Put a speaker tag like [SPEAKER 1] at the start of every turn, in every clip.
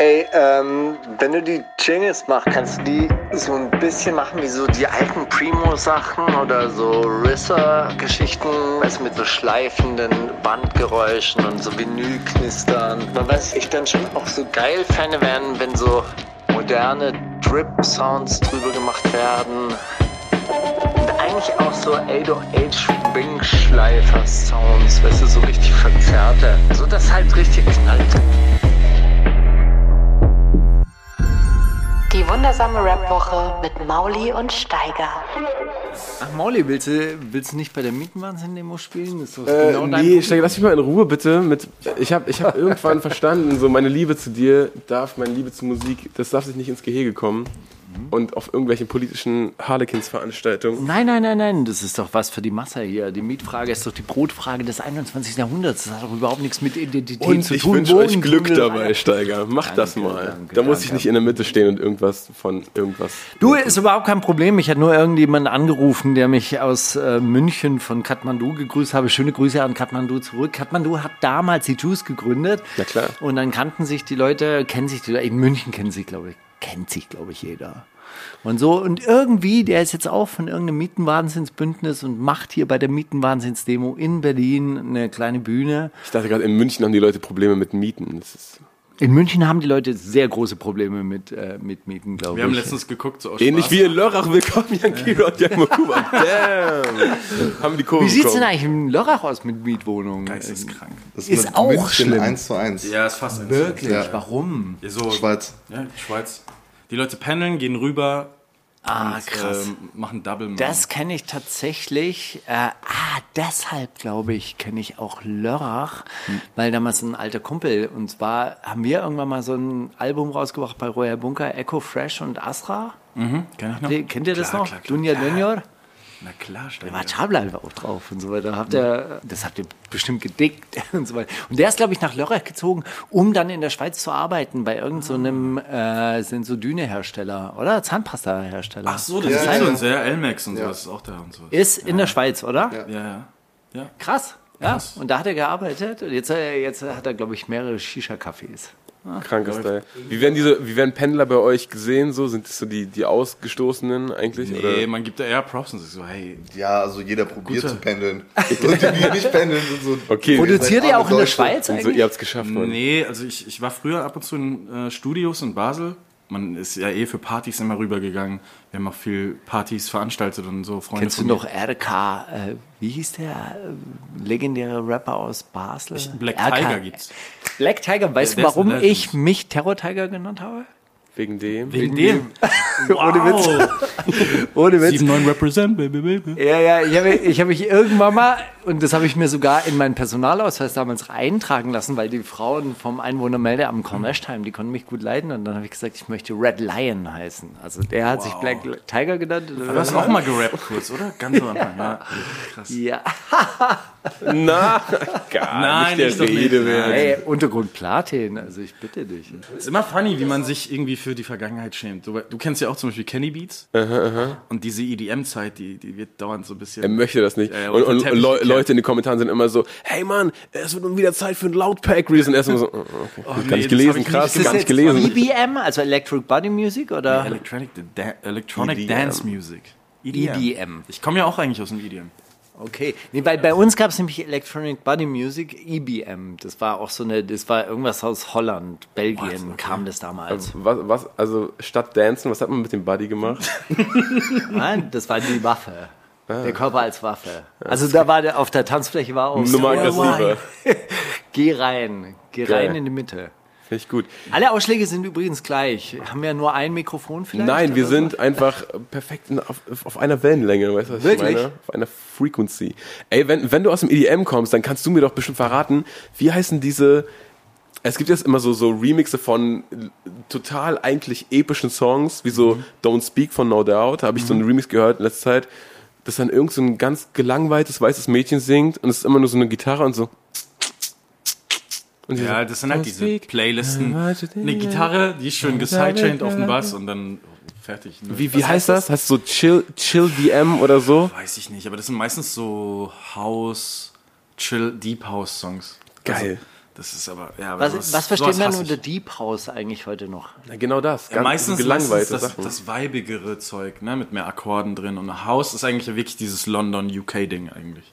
[SPEAKER 1] Ey, ähm, wenn du die Jingles machst, kannst du die so ein bisschen machen wie so die alten Primo-Sachen oder so Risser-Geschichten, weißt du, mit so schleifenden Bandgeräuschen und so Vinylknistern. Man weiß, ich dann schon auch so geil Fan werden, wenn so moderne Drip-Sounds drüber gemacht werden. Und eigentlich auch so 808-Wingschleifer-Sounds, weißt du, so richtig verzerrte. So, dass halt richtig knallt.
[SPEAKER 2] Die wundersame Rap-Woche mit Mauli und Steiger.
[SPEAKER 3] Ach, Mauli, willst du, willst du nicht bei der Mietwahnsinn-Demo spielen? Das ist doch
[SPEAKER 4] Äh,
[SPEAKER 3] genau dein
[SPEAKER 4] nee, Steiger, lass mich mal in Ruhe bitte. Mit, ich habe ich hab irgendwann verstanden, so meine Liebe zu dir darf, meine Liebe zu Musik, das darf sich nicht ins Gehege
[SPEAKER 3] Mhm.
[SPEAKER 4] kommen. Und auf irgendwelchen politischen Harlequins-Veranstaltungen.
[SPEAKER 3] Nein, nein, nein, nein, das ist doch was für die Masse hier. Die Mietfrage ist doch die Brotfrage des 21. Jahrhunderts. Das hat doch überhaupt nichts mit Identität
[SPEAKER 4] Und
[SPEAKER 3] zu
[SPEAKER 4] ich
[SPEAKER 3] tun.
[SPEAKER 4] wünsche euch
[SPEAKER 3] Wohnung,
[SPEAKER 4] Glück
[SPEAKER 3] Tunnel,
[SPEAKER 4] dabei, Steiger. Mach das mal.
[SPEAKER 3] danke,
[SPEAKER 4] da muss
[SPEAKER 3] danke.
[SPEAKER 4] ich nicht in der Mitte stehen und irgendwas von irgendwas.
[SPEAKER 3] Du, ist überhaupt kein Problem. Mich hat nur irgendjemand angerufen, der mich aus äh, München von Kathmandu gegrüßt habe. Schöne Grüße an Kathmandu zurück. Kathmandu hat damals die Juice gegründet.
[SPEAKER 4] Ja, klar.
[SPEAKER 3] Und dann kannten sich die Leute, kennen sich die Leute. In München kennen sich, glaube ich, kennt sich, glaube ich, jeder. Und so, und irgendwie, der ist jetzt auch von irgendeinem Mietenwahnsinnsbündnis und macht hier bei der Mietenwahnsinnsdemo in Berlin eine kleine Bühne.
[SPEAKER 4] Ich dachte gerade, in München haben die Leute Probleme mit Mieten. Das ist
[SPEAKER 3] In München haben die Leute sehr große Probleme mit, äh, mit Mieten, glaube ich.
[SPEAKER 5] Wir haben letztens geguckt, so aus
[SPEAKER 4] ähnlich
[SPEAKER 5] Spaß.
[SPEAKER 4] wie in Lörrach. Willkommen, Jan Kiro und Jan Mokuba. Damn. Haben die Kurve
[SPEAKER 3] Wie sieht's denn
[SPEAKER 4] bekommen.
[SPEAKER 3] eigentlich in Lörrach aus mit Mietwohnungen?
[SPEAKER 5] Geisteskrank.
[SPEAKER 6] Das
[SPEAKER 3] Ist
[SPEAKER 6] mit
[SPEAKER 3] auch
[SPEAKER 6] München
[SPEAKER 3] schlimm.
[SPEAKER 6] 1 zu 1.
[SPEAKER 5] Ja, ist fast ein-
[SPEAKER 3] Wirklich?
[SPEAKER 6] Ja.
[SPEAKER 3] Warum?
[SPEAKER 5] Ja, so,
[SPEAKER 6] Schweiz.
[SPEAKER 5] Ja, Schweiz. Die Leute pendeln, gehen rüber.
[SPEAKER 3] Ah,
[SPEAKER 5] und,
[SPEAKER 3] krass.
[SPEAKER 5] ähm, machen Double.
[SPEAKER 3] Das kenne ich tatsächlich. Äh, ah, deshalb glaube ich, kenne ich auch Lörrach,
[SPEAKER 5] Hm.
[SPEAKER 3] weil damals ein alter Kumpel und zwar haben wir irgendwann mal so ein Album rausgebracht bei Royal Bunker, Echo Fresh und Asra.
[SPEAKER 5] Mhm, Kenn ich noch?
[SPEAKER 3] Die- Kennt ihr das
[SPEAKER 5] Klar,
[SPEAKER 3] noch?
[SPEAKER 5] klar, klar.
[SPEAKER 3] Dunja Dönjor.
[SPEAKER 5] Na klar, Steiger.
[SPEAKER 3] war Chabla einfach auch drauf und so weiter. Habt ihr, das habt ihr bestimmt gedickt und so weiter. Und der ist, glaube ich, nach Lörrach gezogen, um dann in der Schweiz zu arbeiten bei
[SPEAKER 5] Ah.
[SPEAKER 3] irgendeinem so äh, sind so Düne-Hersteller oder Zahnpasta-Hersteller.
[SPEAKER 5] Ach so, das
[SPEAKER 6] Ja,
[SPEAKER 5] ist
[SPEAKER 3] halt
[SPEAKER 6] ja.
[SPEAKER 5] ja, uns, ja. Elmex und sowas ist auch da und sowas.
[SPEAKER 3] Ist in der Schweiz, oder?
[SPEAKER 5] Ja, ja.
[SPEAKER 3] Krass. Ja, und da hat er gearbeitet und jetzt, äh, jetzt hat er, glaube ich, mehrere Shisha-Cafés.
[SPEAKER 4] Kranker Style. Wie werden, diese, wie werden Pendler bei euch gesehen? So? Sind das so die, die Ausgestoßenen eigentlich?
[SPEAKER 5] Nee,
[SPEAKER 4] oder?
[SPEAKER 5] man gibt da eher Props und sagt so, hey,
[SPEAKER 6] Ja, also jeder probiert
[SPEAKER 5] Gute.
[SPEAKER 6] zu pendeln. Und die, die nicht pendeln, sind so.
[SPEAKER 4] Okay,
[SPEAKER 6] Produz-
[SPEAKER 3] Produziert
[SPEAKER 6] seid
[SPEAKER 3] ihr
[SPEAKER 6] arme
[SPEAKER 3] auch in der
[SPEAKER 6] Deutsche.
[SPEAKER 3] Schweiz
[SPEAKER 4] so,
[SPEAKER 3] eigentlich?
[SPEAKER 4] ihr habt es geschafft, Mann.
[SPEAKER 5] nee, also ich, ich war früher ab und zu in äh, Studios in Basel. Man ist ja eh für Partys immer rübergegangen. Wir haben auch viel Partys veranstaltet und so. Freunde
[SPEAKER 3] Kennst du
[SPEAKER 5] von mir.
[SPEAKER 3] noch RK, äh, wie hieß der äh, legendäre Rapper aus Basel?
[SPEAKER 5] Black
[SPEAKER 3] RK.
[SPEAKER 5] Tiger gibt's.
[SPEAKER 3] Black Tiger, weißt du,
[SPEAKER 5] Der- der ist
[SPEAKER 3] warum
[SPEAKER 5] eine
[SPEAKER 3] ich mich Terror Tiger genannt habe?
[SPEAKER 4] Wegen dem.
[SPEAKER 5] Wegen dem.
[SPEAKER 3] Ohne Witz. Ohne Witz.
[SPEAKER 5] 7-9 Represent, baby, baby.
[SPEAKER 3] Ja, ja, ich habe ich hab mich irgendwann mal, und das habe ich mir sogar in meinen Personalausweis damals eintragen lassen, weil die Frauen vom Einwohnermeldeamt Kornwestheim, die konnten mich gut leiden. Und dann habe ich gesagt, ich möchte Red Lion heißen. Also der hat sich Black Tiger genannt.
[SPEAKER 5] Du hast auch mal gerappt kurz, oder? Ganz am Anfang, ja. Krass.
[SPEAKER 3] Ja,
[SPEAKER 4] Na, gar
[SPEAKER 5] Nein,
[SPEAKER 4] nicht
[SPEAKER 5] ich
[SPEAKER 4] der
[SPEAKER 5] doch nicht.
[SPEAKER 4] Rede wert.
[SPEAKER 3] hey, Äh, Untergrund Platin, also ich bitte dich.
[SPEAKER 5] Es ist immer funny, wie man sich irgendwie für die Vergangenheit schämt. Du, du kennst ja auch zum Beispiel Kenny Beats. Und diese EDM-Zeit, die, die wird dauernd so ein bisschen.
[SPEAKER 4] Er möchte das nicht.
[SPEAKER 5] Ja, ja,
[SPEAKER 4] und
[SPEAKER 5] auf den
[SPEAKER 4] und, und
[SPEAKER 5] Teppich
[SPEAKER 4] Leu-
[SPEAKER 5] gekehrt.
[SPEAKER 4] Leute in den Kommentaren sind immer so, hey Mann, es wird nun wieder Zeit für ein Loudpack-Reason. Er ist immer so, oh, okay.
[SPEAKER 5] nee,
[SPEAKER 4] gar nicht
[SPEAKER 5] das hab
[SPEAKER 4] gelesen,
[SPEAKER 5] ich nicht
[SPEAKER 4] krass,
[SPEAKER 5] gesehen.
[SPEAKER 4] gar nicht
[SPEAKER 3] jetzt
[SPEAKER 4] gelesen.
[SPEAKER 3] EBM, also Electric Body Music, oder?
[SPEAKER 5] Electronic, da Electronic
[SPEAKER 4] EDM.
[SPEAKER 5] Dance Music. E
[SPEAKER 3] EDM.
[SPEAKER 5] Ich komme ja auch eigentlich aus dem E EDM.
[SPEAKER 3] Okay, nee, weil bei uns gab es nämlich Electronic Body Music, EBM. Das war auch so eine, das war irgendwas aus Holland, Belgien kam das damals.
[SPEAKER 4] Was, was, also statt Dancen, was hat man mit dem Buddy gemacht?
[SPEAKER 3] Nein, das war die Waffe.
[SPEAKER 5] Ah.
[SPEAKER 3] Der Körper als Waffe. Also da war der auf der Tanzfläche war auch oh
[SPEAKER 4] Nummer aggressiver.
[SPEAKER 3] Geh rein, geh
[SPEAKER 4] Geil.
[SPEAKER 3] rein in die Mitte.
[SPEAKER 4] Finde ich gut.
[SPEAKER 3] Alle Ausschläge sind übrigens gleich. Haben wir nur ein Mikrofon vielleicht?
[SPEAKER 4] Nein, wir
[SPEAKER 3] oder so?
[SPEAKER 4] sind einfach perfekt in, auf, auf einer Wellenlänge, weißt du, was
[SPEAKER 3] Wirklich?
[SPEAKER 4] ich meine? Auf einer Frequency. Ey, wenn, wenn du aus dem EDM kommst, dann kannst du mir doch bestimmt verraten, wie heißen diese. Es gibt jetzt immer so, so Remixe von total eigentlich epischen Songs, wie so Don't Speak von No Doubt. Da habe ich so einen Remix gehört in letzter Zeit, dass dann irgend so ein ganz gelangweiltes weißes Mädchen singt und es ist immer nur so eine Gitarre und so. Und sie
[SPEAKER 5] Ja,
[SPEAKER 4] so,
[SPEAKER 5] das sind halt diese
[SPEAKER 4] Musik.
[SPEAKER 5] Playlisten. Eine Gitarre, die ist schön gesidechained auf den Bass und dann oh, fertig. ne?
[SPEAKER 4] Wie, wie heißt das? Heißt so Chill, Chill DM oder so?
[SPEAKER 5] Weiß ich nicht, aber das sind meistens so House, Chill, Deep House Songs.
[SPEAKER 4] Geil.
[SPEAKER 5] Das ist aber, ja, aber
[SPEAKER 3] Was,
[SPEAKER 5] sowas-
[SPEAKER 3] was versteht
[SPEAKER 5] sowas
[SPEAKER 3] man
[SPEAKER 5] hasse ich.
[SPEAKER 3] unter Deep House eigentlich heute noch?
[SPEAKER 4] Na, genau das.
[SPEAKER 5] Ja, meistens meistens
[SPEAKER 4] gelangweilte
[SPEAKER 5] das,
[SPEAKER 4] Sachen.
[SPEAKER 5] das weibigere Zeug, ne, mit mehr Akkorden drin. Und House ist eigentlich ja wirklich dieses London-UK-Ding eigentlich.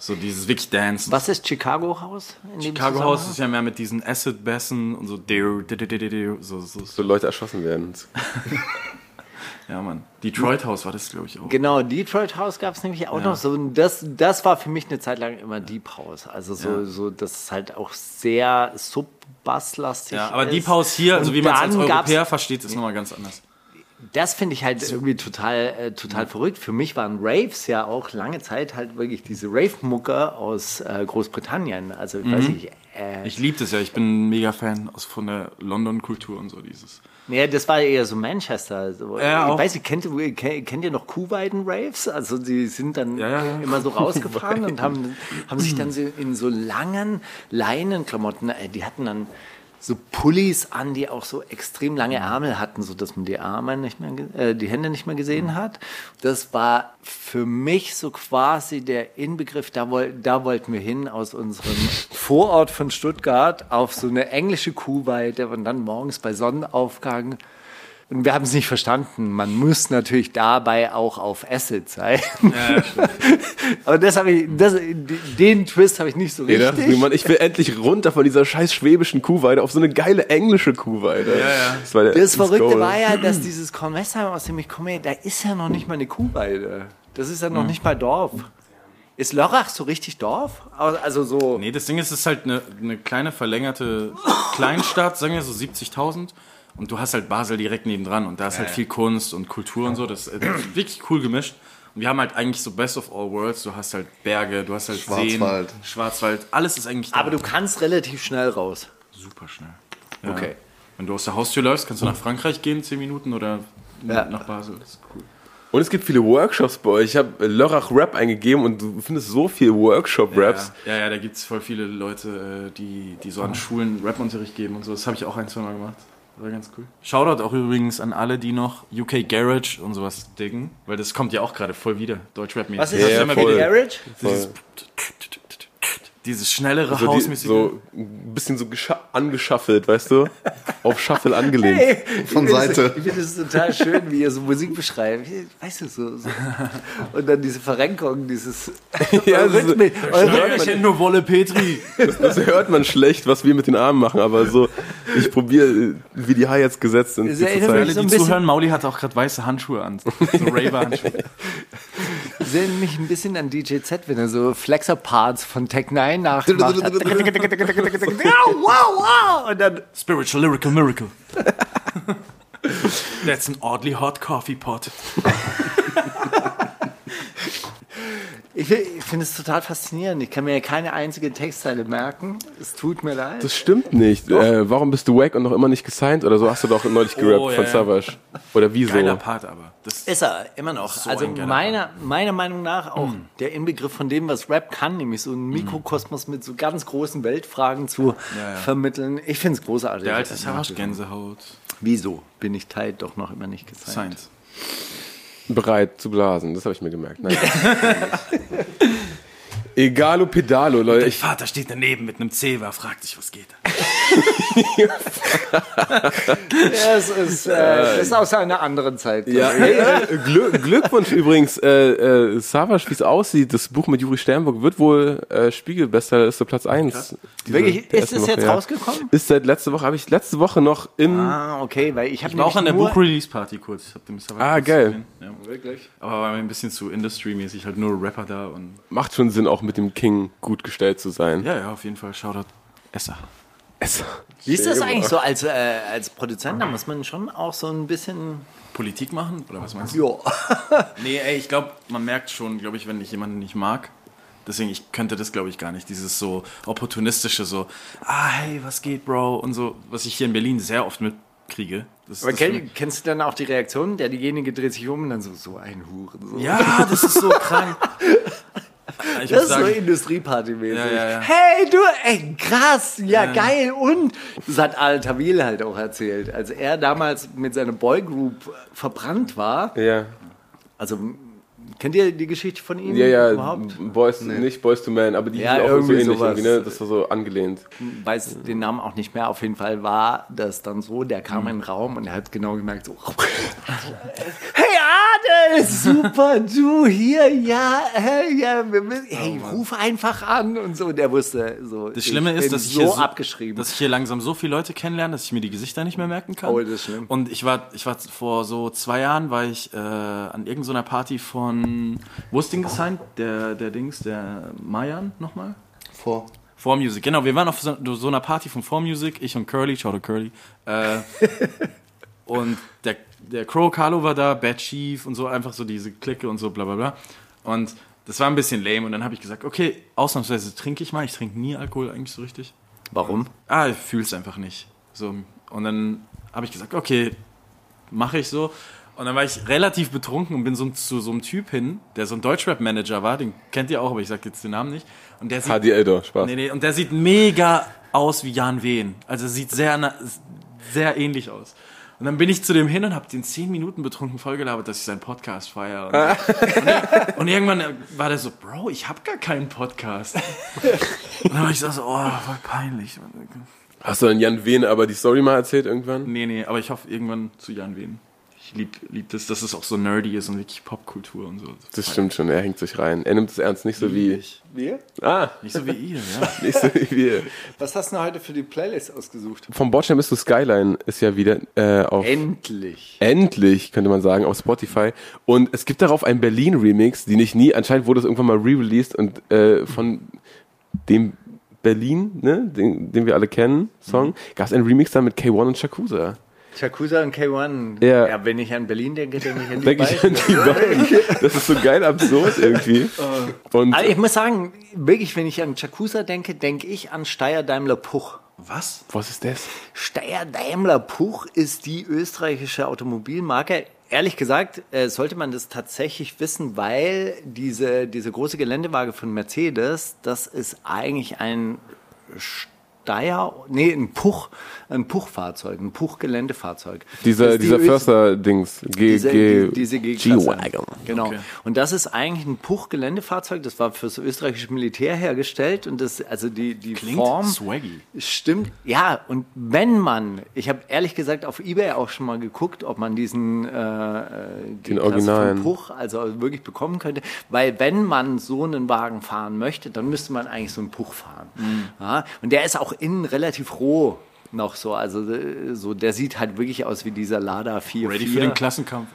[SPEAKER 5] So dieses wirklich Dance.
[SPEAKER 3] Was ist Chicago House? in dem
[SPEAKER 5] Chicago House
[SPEAKER 3] Zusammenhang?
[SPEAKER 5] ist ja mehr mit diesen Acid-Bassen und so. deo, deo, deo, deo, deo, so, so, so.
[SPEAKER 4] so Leute erschossen werden.
[SPEAKER 5] Ja, Mann. Detroit House war das, glaube ich, auch.
[SPEAKER 3] Genau, Detroit House gab es nämlich auch noch so. Und das, das war für mich eine Zeit lang immer Deep House. Also so, so das ist halt auch sehr subbasslastig.
[SPEAKER 5] Ja, aber
[SPEAKER 3] ist.
[SPEAKER 5] Deep House hier, also
[SPEAKER 3] Und
[SPEAKER 5] wie man es als
[SPEAKER 3] dann gab's-
[SPEAKER 5] Europäer versteht, ist nochmal ganz anders.
[SPEAKER 3] Das finde ich halt irgendwie total, äh, total verrückt. Für mich waren Raves ja auch lange Zeit halt wirklich diese Rave-Mucker aus äh, Großbritannien. Also ich weiß nicht. Äh,
[SPEAKER 5] Ich liebe das ja, ich bin ein mega Fan aus, von der London-Kultur und so dieses.
[SPEAKER 3] nee, das war eher so Manchester. So.
[SPEAKER 5] Ja,
[SPEAKER 3] ich
[SPEAKER 5] auch.
[SPEAKER 3] weiß nicht, kennt, ihr- ke- kennt ihr noch Kuhweiden Raves? Also die sind dann
[SPEAKER 5] Ja, ja, ja.
[SPEAKER 3] immer so rausgefahren und haben, haben sich dann so in so langen Leinenklamotten, äh, die hatten dann so Pullis an, die auch so extrem lange
[SPEAKER 5] Mhm.
[SPEAKER 3] Ärmel hatten, so dass man die Arme nicht mehr, ge- äh, die Hände nicht mehr
[SPEAKER 5] Mhm.
[SPEAKER 3] gesehen hat. Das war für mich so quasi der Inbegriff, da, woll, da wollten wir hin aus unserem Vorort von Stuttgart auf so eine englische Kuhweide und dann morgens bei Sonnenaufgang und wir haben es nicht verstanden. Man muss natürlich dabei auch auf Acid sein. Aber das habe ich, das, den Twist habe ich nicht so
[SPEAKER 4] Ihr dachtet
[SPEAKER 3] richtig.
[SPEAKER 4] mir, Mann, ich will endlich runter von dieser scheiß schwäbischen Kuhweide auf so eine geile englische Kuhweide. Ja, ja. Das, war der,
[SPEAKER 3] Das Verrückte
[SPEAKER 4] Goal.
[SPEAKER 3] war ja, dass dieses Kornwestheim, aus dem ich komme, da ist ja noch nicht mal eine Kuhweide. Das ist ja
[SPEAKER 4] Hm.
[SPEAKER 3] noch nicht mal Dorf. Ist Lörrach so richtig Dorf? Also so.
[SPEAKER 5] Nee, das Ding ist, es ist halt eine, eine kleine verlängerte Kleinstadt, sagen wir so 70.000. Und du hast halt Basel direkt nebendran und da ist halt viel Kunst und Kultur und so. Das ist äh, wirklich cool gemischt. Und wir haben halt eigentlich so Best of All Worlds. Du hast halt Berge, du hast halt
[SPEAKER 6] Schwarzwald.
[SPEAKER 5] Seen, Schwarzwald. Alles ist eigentlich da.
[SPEAKER 3] Aber du kannst relativ schnell raus.
[SPEAKER 5] super schnell. Ja.
[SPEAKER 3] Okay. Hm.
[SPEAKER 5] Wenn du aus der Haustür läufst, kannst du nach Frankreich gehen, 10 Minuten oder
[SPEAKER 3] Ja.
[SPEAKER 5] nach Basel. Das ist cool.
[SPEAKER 4] Und es gibt viele Workshops bei euch. Ich habe Lörrach Rap eingegeben und du findest so viel Workshop-Raps.
[SPEAKER 5] Ja, ja, ja, da gibt es voll viele Leute, äh, die, die
[SPEAKER 4] Ah.
[SPEAKER 5] so an Schulen Rap-Unterricht geben und so. Das habe ich auch ein, zwei Mal gemacht. War ganz cool. Shoutout auch übrigens an alle, die noch UK Garage und sowas diggen, weil das kommt ja auch gerade voll wieder. Deutschrap
[SPEAKER 3] Was ist
[SPEAKER 4] Ja,
[SPEAKER 3] das
[SPEAKER 4] ja,
[SPEAKER 3] immer
[SPEAKER 4] voll.
[SPEAKER 3] wieder Garage?
[SPEAKER 5] dieses, dieses schnellere
[SPEAKER 4] So, die,
[SPEAKER 5] Hausmäßige.
[SPEAKER 4] so ein bisschen so gescha- angeschaffelt, weißt du? Auf Shuffle angelehnt.
[SPEAKER 6] Von
[SPEAKER 3] Ich finde
[SPEAKER 6] Seite.
[SPEAKER 3] das- Ich finde es total schön, wie ihr so Musik beschreibt. Weißt du, so. so. Und dann diese Verrenkung, dieses.
[SPEAKER 4] Ja, das ist-
[SPEAKER 3] Rhythmik.
[SPEAKER 5] Leute, ich hätte nur Wolle Petri.
[SPEAKER 4] Das hört man schlecht, was wir mit den Armen machen, aber so, ich probiere, wie die Hi-Hats gesetzt sind.
[SPEAKER 3] Das
[SPEAKER 4] die zu
[SPEAKER 3] erinnert
[SPEAKER 4] zeigen.
[SPEAKER 5] Alle,
[SPEAKER 3] So ein
[SPEAKER 5] die
[SPEAKER 3] bisschen-
[SPEAKER 5] zuhören, Mauli hat auch gerade weiße Handschuhe an. So Raver-Handschuhe.
[SPEAKER 3] erinnert mich ein bisschen an DJ Z, wenn er so Flexer-Parts von Tech 9 nachmacht. Au, wow, wow. Ah, Und dann,
[SPEAKER 5] Spiritual Lyrical Miracle. That's an oddly hot coffee pot.
[SPEAKER 3] ich fi- ich finde es total faszinierend. Ich kann mir keine einzige Textzeile merken. Es tut mir leid.
[SPEAKER 4] Das stimmt nicht. Äh, warum bist du wack und noch immer nicht gesigned? Oder so hast du doch neulich gerappt
[SPEAKER 5] ja,
[SPEAKER 4] von
[SPEAKER 5] ja.
[SPEAKER 4] Savage. Oder wieso?
[SPEAKER 5] Geiler Part aber. Das
[SPEAKER 3] Ist er, immer noch.
[SPEAKER 5] So
[SPEAKER 3] also
[SPEAKER 5] ein geiler
[SPEAKER 3] meiner, meiner Meinung nach auch
[SPEAKER 5] Hm.
[SPEAKER 3] der Inbegriff von dem, was Rap kann, nämlich so ein Mikrokosmos mit so ganz großen Weltfragen zu
[SPEAKER 5] ja.
[SPEAKER 3] vermitteln. Ich finde es großartig.
[SPEAKER 5] Der alte Savage Gänsehaut.
[SPEAKER 3] Wieso bin ich Teil doch noch immer nicht gezeigt?
[SPEAKER 5] Science.
[SPEAKER 4] Bereit zu blasen, das habe ich mir gemerkt. Nein. Egalo Pedalo, Leute.
[SPEAKER 5] Dein
[SPEAKER 4] Ich,
[SPEAKER 5] Vater steht daneben mit einem Zewa, fragt sich, was geht.
[SPEAKER 3] Das ist, äh, das ist aus einer anderen Zeit.
[SPEAKER 4] ja, hey, äh, Glück, Glückwunsch übrigens, äh, äh, Savage, wie es aussieht, das Buch mit Juri Sternburg wird wohl äh, Spiegelbester, ist so Platz 1.
[SPEAKER 3] Wirklich, ist es jetzt rausgekommen?
[SPEAKER 4] Ist seit letzte Woche, habe ich letzte Woche noch im
[SPEAKER 3] Ah, okay, weil ich habe
[SPEAKER 5] War auch an der
[SPEAKER 3] nur,
[SPEAKER 5] Buch-Release-Party kurz. Ich hab den Savage
[SPEAKER 4] Ah,
[SPEAKER 5] kurz
[SPEAKER 4] geil.
[SPEAKER 5] gesehen.
[SPEAKER 3] Oh,
[SPEAKER 5] Ja. Aber war mir ein bisschen zu Industry-mäßig, halt nur Rapper da und.
[SPEAKER 4] macht schon Sinn, auch mit dem King gut gestellt zu sein.
[SPEAKER 5] Ja, ja, auf jeden Fall. Shoutout Esser.
[SPEAKER 4] Es-
[SPEAKER 3] Wie ist das eigentlich so als, äh, als Produzent? Da muss man schon auch so ein bisschen.
[SPEAKER 5] Politik machen? Oder was meinst du?
[SPEAKER 3] Jo.
[SPEAKER 5] Nee, ey, ich glaube, man merkt schon, glaube ich, wenn ich jemanden nicht mag. Deswegen, ich könnte das, glaube ich, gar nicht. Dieses so opportunistische, so, ah, hey, was geht, Bro? Und so, was ich hier in Berlin sehr oft mitkriege. Das,
[SPEAKER 3] Aber
[SPEAKER 5] das
[SPEAKER 3] kenn, kennst du dann auch die Reaktion? Der diejenige dreht sich um und dann so, so ein Huren. So.
[SPEAKER 5] Ja, das ist so krank. Ich
[SPEAKER 3] Das
[SPEAKER 5] muss
[SPEAKER 3] ist so
[SPEAKER 5] sagen,
[SPEAKER 3] Industrieparty-mäßig.
[SPEAKER 5] Ja, ja, ja.
[SPEAKER 3] Hey, du, ey, krass, ja, geil. Und das hat Al Tawil halt auch erzählt, als er damals mit seiner Boygroup verbrannt war,
[SPEAKER 4] Ja.
[SPEAKER 3] also Kennt ihr die Geschichte von ihm
[SPEAKER 4] Ja, ja,
[SPEAKER 3] überhaupt?
[SPEAKER 4] Boys, nicht Boys to Men, aber die
[SPEAKER 3] Ja,
[SPEAKER 4] hießen auch so
[SPEAKER 3] irgendwie
[SPEAKER 4] ähnlich
[SPEAKER 3] sowas.
[SPEAKER 4] irgendwie, ne? Das war so angelehnt.
[SPEAKER 3] Weiß den Namen auch nicht mehr. Auf jeden Fall war das dann so, der kam
[SPEAKER 5] Mhm.
[SPEAKER 3] in den Raum und er hat genau gemerkt, so, hey Adel, super, du hier, ja, hey, ja, wir müssen, hey, ruf einfach an und so. Und er wusste so,
[SPEAKER 5] Oh, Das Schlimme
[SPEAKER 3] ich
[SPEAKER 5] ist,
[SPEAKER 3] bin
[SPEAKER 5] dass ich,
[SPEAKER 3] so
[SPEAKER 5] hier
[SPEAKER 3] abgeschrieben.
[SPEAKER 5] dass ich hier langsam so viele Leute kennenlerne, dass ich mir die Gesichter nicht mehr merken kann.
[SPEAKER 3] Oh, das ist schlimm.
[SPEAKER 5] Und ich war, ich war vor so zwei Jahren, war ich äh, an irgendeiner Party von, wo ist Ding gesigned? Der, der Dings, der Mayan nochmal?
[SPEAKER 6] Vor.
[SPEAKER 5] Four Music, genau. Wir waren auf so, so einer Party von Four Music, ich und Curly, ciao to Curly. Äh, und der, der Crow Carlo war da, Bad Chief und so, einfach so diese Clique und so, bla bla bla. Und das war ein bisschen lame und dann habe ich gesagt, okay, ausnahmsweise trinke ich mal. Ich trinke nie Alkohol eigentlich so richtig.
[SPEAKER 3] Warum?
[SPEAKER 5] Ah, ich fühl's einfach nicht. So, und dann habe ich gesagt, okay, mache ich so. Und dann war ich relativ betrunken und bin so, zu so einem Typ hin, der so ein Deutschrap-Manager war, den kennt ihr auch, aber ich sag jetzt den Namen nicht. Und der sieht
[SPEAKER 4] Hadi Eldor, Spaß.
[SPEAKER 5] Nee, nee, und der sieht mega aus wie Jan Wehn. Also sieht sehr, na- sehr ähnlich aus. Und dann bin ich zu dem hin und habe den zehn Minuten betrunken vollgelabert, dass ich seinen Podcast feiere. Und, so. und, und irgendwann war der so, Bro, ich habe gar keinen Podcast. Und dann war ich so, so, oh, voll peinlich.
[SPEAKER 4] Hast du dann Jan Wehn aber die Story mal erzählt irgendwann?
[SPEAKER 5] Nee, nee, aber ich hoffe irgendwann zu Jan Wehn. Ich lieb, lieb das, dass es auch so nerdy ist und wirklich Popkultur und so.
[SPEAKER 4] Das stimmt schon, er hängt sich rein. Er nimmt es ernst, nicht so wie.
[SPEAKER 5] Ich.
[SPEAKER 3] Wir?
[SPEAKER 4] Ah,
[SPEAKER 5] Nicht so wie ihr, ja.
[SPEAKER 4] nicht so wie wir.
[SPEAKER 3] Was hast du denn heute für die Playlist ausgesucht?
[SPEAKER 4] Vom Bordstein bis zu Skyline ist ja wieder äh, auf.
[SPEAKER 3] Endlich.
[SPEAKER 4] Endlich, könnte man sagen, auf Spotify. Und es gibt darauf einen Berlin-Remix, die nicht nie, anscheinend wurde es irgendwann mal re-released und äh, von dem Berlin, ne, den, den wir alle kennen,
[SPEAKER 3] Mhm.
[SPEAKER 4] Song, gab es einen Remix da mit K1 und Shakusa.
[SPEAKER 3] Shakusa und K1.
[SPEAKER 4] Ja.
[SPEAKER 3] ja, wenn ich an Berlin denke, denke ich an die
[SPEAKER 4] Denke
[SPEAKER 3] beiden.
[SPEAKER 4] ich an die beiden. Das ist so geil absurd irgendwie. Und
[SPEAKER 3] Also ich muss sagen, wirklich, wenn ich an Chakusa denke, denke ich an Steyr Daimler Puch.
[SPEAKER 5] Was?
[SPEAKER 4] was ist das?
[SPEAKER 3] Steyr Daimler Puch ist die österreichische Automobilmarke. Ehrlich gesagt, äh, sollte man das tatsächlich wissen, weil diese, diese große Geländewaage von Mercedes, das ist eigentlich ein Steyr, nee, ein Puch, ein Puchfahrzeug, ein Puch-Geländefahrzeug. Das
[SPEAKER 4] Dieser,
[SPEAKER 3] ist die
[SPEAKER 4] dieser
[SPEAKER 3] Ös-
[SPEAKER 4] Förster-Dings. G,
[SPEAKER 3] diese,
[SPEAKER 4] G,
[SPEAKER 3] die- diese G-Klasse.
[SPEAKER 4] G-Wagon.
[SPEAKER 3] Genau.
[SPEAKER 5] Okay.
[SPEAKER 3] Und das ist eigentlich ein Puch-Geländefahrzeug, das war fürs österreichische Militär hergestellt und das, also die, die
[SPEAKER 5] Klingt
[SPEAKER 3] Form.
[SPEAKER 5] swaggy.
[SPEAKER 3] Stimmt, ja, und wenn man, ich habe ehrlich gesagt auf Ebay auch schon mal geguckt, ob man diesen äh, äh, die
[SPEAKER 4] Den
[SPEAKER 3] Klasse
[SPEAKER 4] originalen.
[SPEAKER 3] von Puch also wirklich bekommen könnte, weil wenn man so einen Wagen fahren möchte, dann müsste man eigentlich so einen Puch fahren.
[SPEAKER 5] Mhm.
[SPEAKER 3] Ja, und der ist auch innen relativ roh noch so, also äh, so, der sieht halt wirklich aus wie dieser Lada 4.
[SPEAKER 5] Ready für den Klassenkampf.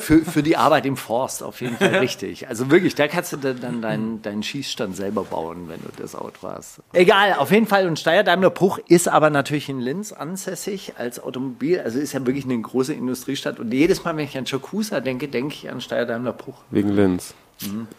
[SPEAKER 3] für, für die Arbeit im Forst auf jeden Fall richtig. Also wirklich, da kannst du dann- dann deinen, deinen Schießstand selber bauen, wenn du das Auto hast. Egal, auf jeden Fall. Und Steyr Daimler Bruch ist aber natürlich in Linz ansässig als Automobil. Also ist ja wirklich eine große Industriestadt. Und jedes Mal, wenn ich an Chokusa denke, denke ich an Steyr Daimler Bruch.
[SPEAKER 4] Wegen Linz.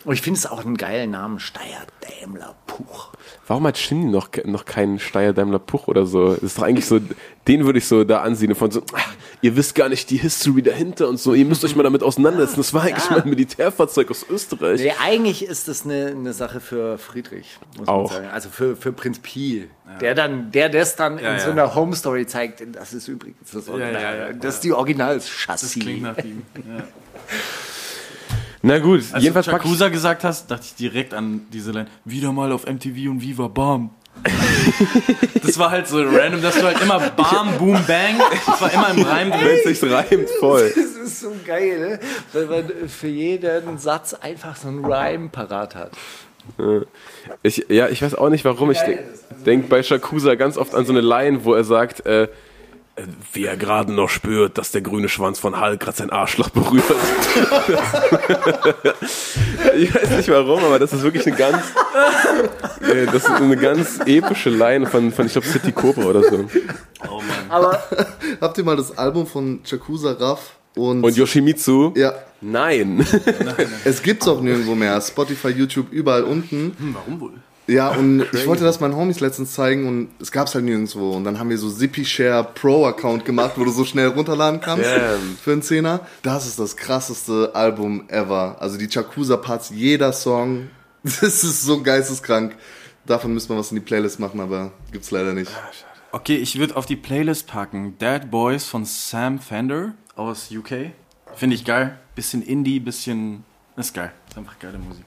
[SPEAKER 3] Und ich finde es auch einen geilen Namen, Steyr Daimler Bruch.
[SPEAKER 4] Warum hat Shindy noch, ke- noch keinen Steyr Daimler Puch oder so? Das ist doch eigentlich so, den würde ich so da ansiedeln von so, ah, ihr wisst gar nicht die History dahinter und so, ihr müsst euch mal damit auseinandersetzen. Das war eigentlich mal ein Militärfahrzeug aus Österreich.
[SPEAKER 3] Nee, eigentlich ist das eine, eine Sache für Friedrich, muss
[SPEAKER 4] Auch.
[SPEAKER 3] man sagen. Also für, für Prinz Pi, der dann, der das dann in
[SPEAKER 5] ja.
[SPEAKER 3] so einer Home Story zeigt. Das ist übrigens das Original.
[SPEAKER 5] ja, ja.
[SPEAKER 3] das ist die Originalchassis.
[SPEAKER 5] Klingt nach ihm. Ja.
[SPEAKER 4] Na gut,
[SPEAKER 3] Also
[SPEAKER 5] Als
[SPEAKER 4] jedenfalls
[SPEAKER 5] du
[SPEAKER 4] pack ich,
[SPEAKER 5] Chakusa Also gesagt hast, dachte ich direkt an diese Line. Wieder mal auf MTV und Viva Bam. das war halt so random, dass du halt immer Bam, Boom, Bang. Das war immer im Reim drin.
[SPEAKER 4] wenn es sich reimt, voll.
[SPEAKER 3] Das ist so geil, ne? weil man für jeden Satz einfach so einen Rhyme parat hat.
[SPEAKER 4] Äh, Ich, ja, ich weiß auch nicht warum. Ich denke denk bei Shakusa ganz oft an so eine Line, wo er sagt, äh, äh, wie er gerade noch spürt, dass der grüne Schwanz von Hulk gerade sein Arschloch berührt. ich weiß nicht warum, aber das ist wirklich eine ganz, äh, das ist eine ganz epische Line von, von ich glaube, City Cobra oder so.
[SPEAKER 6] Habt ihr mal das Album von Chakusa Raff und.
[SPEAKER 4] Und Yoshimitsu?
[SPEAKER 6] ja.
[SPEAKER 4] Nein.
[SPEAKER 6] Es gibt's auch nirgendwo mehr. Spotify, YouTube, überall unten. warum wohl? Ja, und ich wollte das meinen Homies letztens zeigen und es gab's halt nirgendwo. Und dann haben wir so Zippy Share Pro Account gemacht, wo du so schnell runterladen kannst
[SPEAKER 4] Damn.
[SPEAKER 6] für einen Zehner. Das ist das krasseste Album ever. Also die Chakusa Parts, jeder Song. Das ist so geisteskrank. Davon müsste man was in die Playlist machen, aber gibt's leider nicht.
[SPEAKER 5] Okay, ich würde auf die Playlist packen. Dead Boys von Sam Fender aus UK. Finde ich geil. Bisschen Indie, bisschen. Ist geil. Ist einfach geile Musik.